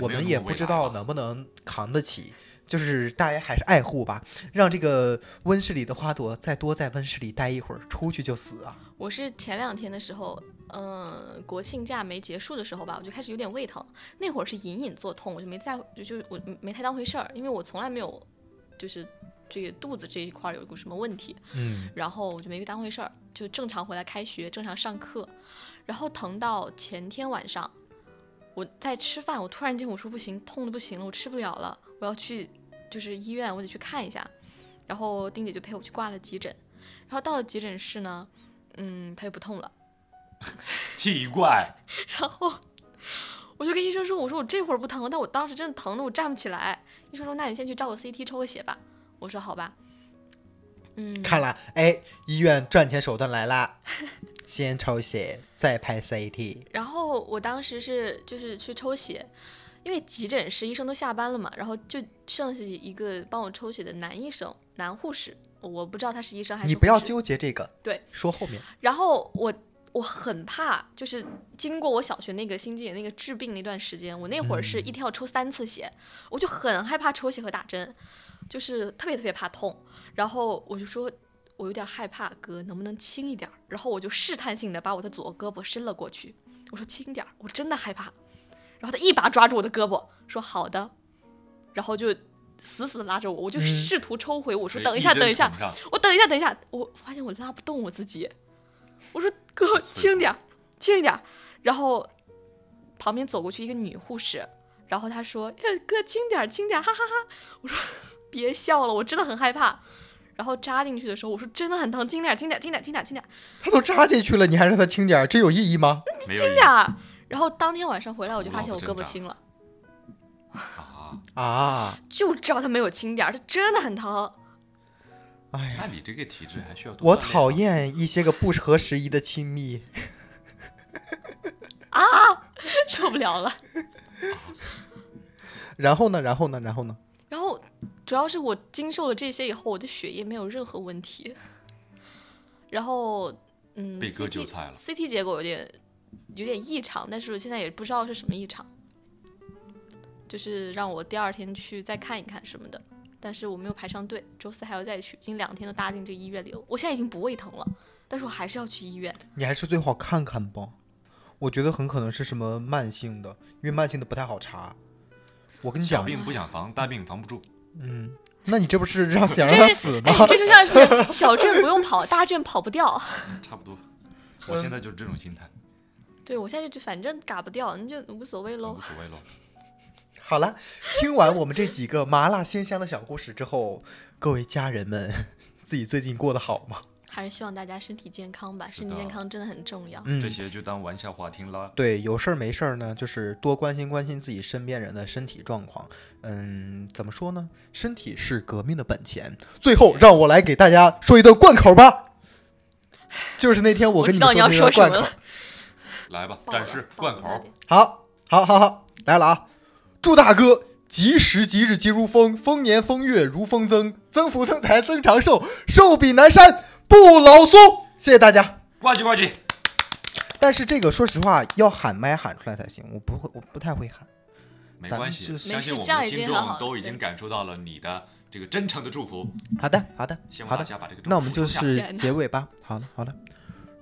S2: 我
S4: 没有
S2: 们
S4: 那
S2: 也
S4: 么
S2: 不
S4: 伟
S2: 知
S4: 大
S2: 道
S4: 吧
S2: 能不能扛得起。就是大家还是爱护吧，让这个温室里的花朵再多在温室里待一会儿，出去就死啊！
S3: 我是前两天的时候，嗯、国庆假没结束的时候吧，我就开始有点胃疼。那会儿是隐隐作痛，我就没在乎，就就我没太当回事儿，因为我从来没有，就是这个肚子这一块儿有个什么问题，
S2: 嗯，
S3: 然后我就没当回事儿，就正常回来开学，正常上课，然后疼到前天晚上，我在吃饭，我突然间我说不行，痛的不行了，我吃不了了，我要去就是医院，我得去看一下。然后丁姐就陪我去挂了急诊，然后到了急诊室呢，嗯，它又不痛了。 <laughs>
S4: 奇怪，
S3: 然后我就跟医生说：“我说我这会儿不疼，但我当时真的疼的我站不起来。”医生说：“那你先去照个 CT 抽个血吧。”我说：“好吧。”嗯，
S2: <laughs> 看来哎，医院赚钱手段来啦，先抽血，再拍 CT。
S3: 然后我当时是就是去抽血，因为急诊室医生都下班了嘛，然后就剩下一个帮我抽血的男医生、男护士，我不知道他是医生还是
S2: 你不要
S3: 护士
S2: 纠结这个，
S3: 对，
S2: 说后面。
S3: <laughs> 然后我我很怕，就是经过我小学那个心肌炎那个治病那段时间，我那会儿是一天要抽三次血，我就很害怕抽血和打针，就是特别特别怕痛。然后我就说，我有点害怕，哥能不能轻一点儿？然后我就试探性的把我的左胳膊伸了过去，我说轻点儿，我真的害怕。然后他一把抓住我的胳膊，说好的，然后就死死地拉着我，我就
S2: 嗯
S3: 试图抽回，我说
S4: 这
S3: 等一下，
S4: 针
S3: 等一下
S4: 捅，上
S3: 我等一下，等一下，我发现我拉不动我自己，我说哥轻点儿，轻一点儿。然后旁边走过去一个女护士，然后她说：“哎哥轻点儿，轻点儿，哈哈哈。”我说：“别笑了，我真的很害怕。”然后扎进去的时候，我说：“真的很疼，轻点儿，轻点儿，轻点儿，轻点儿，轻点儿，
S2: 他都扎进去了，你还让他轻点儿，这有意义吗？
S4: 没有
S3: 轻
S4: 意
S3: 点
S4: 义
S3: 儿。”然后当天晚上回来，我就发现我胳膊青了，
S4: <laughs> 啊！
S2: 啊，
S3: 就知道它没有轻点儿，它真的很疼。 <laughs>
S2: 哎呀，
S4: 那你这个体质还需要多
S2: 我
S4: 锻炼
S2: 讨
S4: 啊
S2: 厌一些个不合时宜的亲密。 <laughs>
S3: 受不了了。
S2: 然后呢？然后呢？然后呢？
S3: 然后主要是我经受了这些以后，我的血液没有任何问题。然后，嗯，
S4: 被割
S3: CT
S4: 韭菜了
S3: CT 结果有点有点异常，但是我现在也不知道是什么异常，就是让我第二天去再看一看什么的。但是我没有排上队，周四还要再去，已经两天都搭进这医院里了。我现在已经不胃疼了，但是我还是要去医院。 <laughs>
S2: 你还是最好看看吧，我觉得很可能是什么慢性的，因为慢性的不太好查。我跟你
S4: 小
S2: 讲，
S4: 病不想防，大病防不住。
S2: 嗯，那你这不是让
S3: <laughs>
S2: 想
S3: 这
S2: 让他
S3: 是
S2: 死吗
S3: 哎？，这就像是小镇不用跑，大镇跑不掉。 <laughs>
S4: 嗯差不多，我现在就是这种心态，
S3: 对我现在就反正嘎不掉，那就无所谓喽
S4: 无。所谓喽。
S2: <laughs> 好了，听完我们这几个麻辣鲜香的小故事之后，各位家人们，自己最近过得好吗？ <laughs>
S3: 还是希望大家身体健康吧，
S4: 是
S3: 身体
S4: 的
S3: 健康真的很重要。
S4: 这
S2: 嗯，
S4: 些就当玩笑话听啦。
S2: 对，有事儿没事儿呢，就是多关心关心自己身边人的身体状况。嗯，怎么说呢？身体是革命的本钱。最
S3: 哎
S2: 后，让我来给大家说一段贯口吧。就是那天我跟
S3: 知
S2: 们
S3: 道
S2: 说
S3: 你要
S2: 那
S3: 说
S2: 段
S3: 什
S2: 贯
S3: 么
S2: 口
S3: 了。，
S4: 来吧，
S3: 爆了
S4: 展示
S3: 爆
S4: 贯
S3: 了那
S4: 口
S3: 点，
S2: 好，好，好，好，来了啊！祝大哥吉时吉日皆如风，丰年丰月如风增，增福增财增长寿，寿比南山不老松。谢谢大家。
S4: 呱唧呱唧。
S2: 但是这个说实话要喊麦喊出来才行，我不会，我不太会喊。
S4: 没
S2: 咱们
S4: 关系
S2: 就，
S4: 相信
S3: 没
S4: 我
S3: 事这样
S4: 们
S3: 已经
S4: 听
S3: 很好
S4: 众
S3: 了
S4: 都已经
S3: 对
S4: 感受到了你的这个真诚的祝福。
S2: 好的，好的，
S4: 希望
S2: 好
S4: 大
S2: 的。
S4: 家把这个祝福
S2: 那我们就
S4: 收下
S2: 是结尾吧。好的，好的。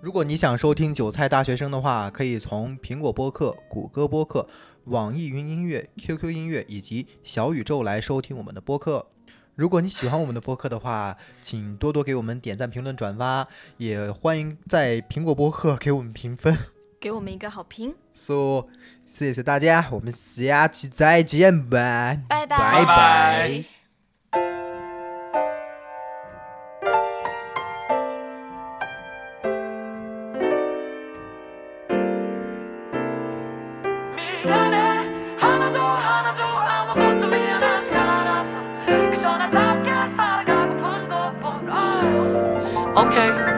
S2: 如果你想收听《韭菜大学生》的话，可以从苹果播客、谷歌播客、网易云音乐、QQ 音乐以及小宇宙来收听我们的播客。如果你喜欢我们的播客的话，请多多给我们点赞、评论、转发，也欢迎在苹果播客给我们评分。 <laughs>
S3: 给我们一个好评，
S2: So，谢谢大家，我们下期再见吧，
S3: 拜拜
S2: 拜拜。
S5: みんなで花と花と雨と飛び出しからクショナタケサラガゴポンドポンド
S6: 오케이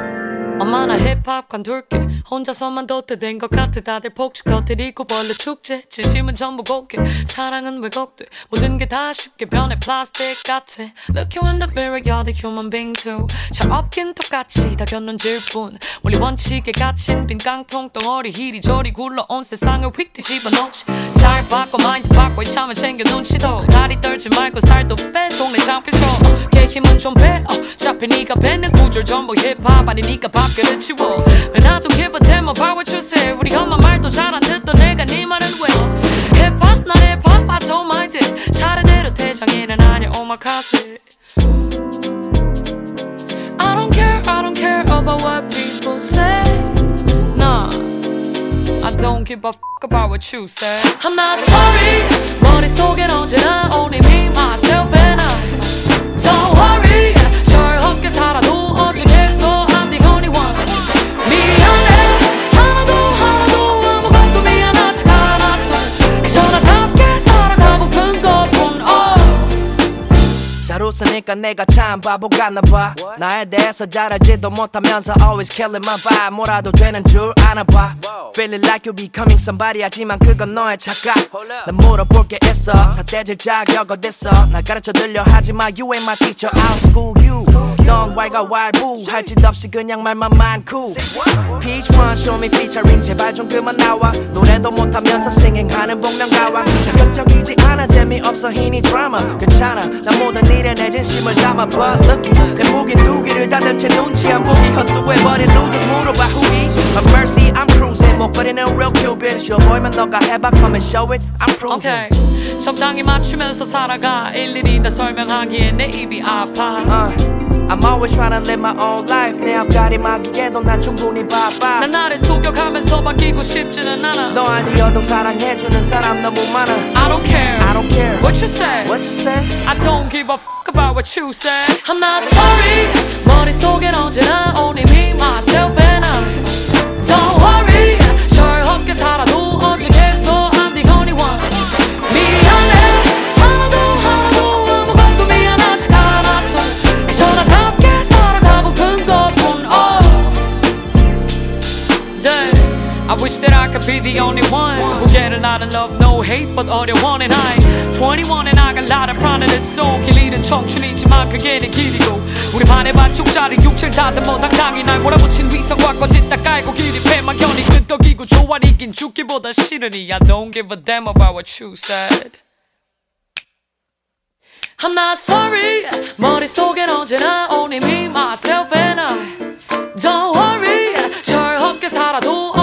S6: 엄마나 힙합 관둘게 혼자서만 뒀대 된것 같아 다들 폭죽 터뜨리고 벌레 축제 진심은 전부 곱게 사랑은 왜곡돼 모든 게 다 쉽게 변해 플라스틱 같아 Look you in the mirror you're the human being too 잘 없긴 똑같이 다 견눈질 뿐 원리 원칙에 갇힌 빈 깡통 덩어리 이리저리 굴러온 세상을 휙 뒤집어놓지 살 바꿔 마인드 바꿔 이참에 챙겨 눈치도 다리 떨지 말고 살도 빼 동네 장피소 걔 힘은 좀빼 어, 잡히 니가 뱉는 구절 전부 힙합 아니니까 밥그릇 치워 And I don't give a damn about what you say 우리 엄마 말도 잘 안 듣던 내가 네 말은 왜 힙합 난 힙합 I don't mind it 차례대로 대장이는 아니야 oh 오마카세 I don't care, I don't care about what people say. Nah, I don't give a f about what you say. I'm not sorry. 머릿속엔 언제나 only me, myself and I. Don't worry. 절없게 살아도 어쩌겠어. I'm the only one. 미안해. 하나도 하나도 아무것도 미안하지 않았어. 그저 나답게 살아가고픈 것뿐. Oh.
S7: 잘 웃으니까 내가 참 바보 같나봐 나에 대해서 잘 알지도 못하면서 always killing my vibe 뭐라도 되는 줄 아나봐 Feeling like you becoming somebody 하지만 그건 너의 착각 난 물어볼 게 있어 사대질 자격 어딨어 나 가르쳐 들려 하지마 You ain't my teacher I'll school you 넌 왈가왈부 할 짓 없이 그냥 말만 많고 Peach One show me featuring 제발 좀 그만 나와 노래도 못하면서 singing 하는 복면가왕 자극적이지 않아 재미없어 희니 드라마 괜찮아 나 모든 일에 내 진심을 담아 But look you 내 무기 두기를 다들 제 눈치 안 보기 헛수고해버린 losers 물어봐 후기 My mercy I'm cruising 못 버리는 real cupid 쉬워 보이면 너가 해봐 come and show it I'm proving
S6: 오케이 적당히 맞추면서 살아가 일일이 다 설명하기엔 내 입이 아파
S7: uh, I'm always trying to live my own life 내 앞자리 막기에도 난 충분히 바빠
S6: 난 나를 속여가면서 바뀌고 싶지는 않아
S7: 너 아니어도 사랑해주는 사람 너무 많아
S6: I don't care
S7: I don't care
S6: What you say
S7: What you say?
S6: I don't give a fuck about what you say I'm not sorry 머릿속엔 언제나 only me, myself and I Don't worry 절없게 살아도 어쩌겠어 I'm the only one 미안해 하나도 하나도 아무것도 미안하지 않았어 그저 나답게 살아가고 큰 것뿐 oh. Yeah. I wish that I could be the only one who get a lot of love, no hate, but all they want and I. 21 and I got a lot of pride in this soul. 길이는 청춘이지만 그게 내 길이고 우리 반의 반쪽짜리 육체를 다듬어 당당히 날 몰아붙인 위선과 거짓 다 깔고 기립해만 견이 끄떡이고 좋아 이긴 죽기보다 싫으니 I don't give a damn about what you said. I'm not sorry 머릿속엔 언제나 only me, myself and I Don't worry 절없게 살아도 Oh, uh, oh.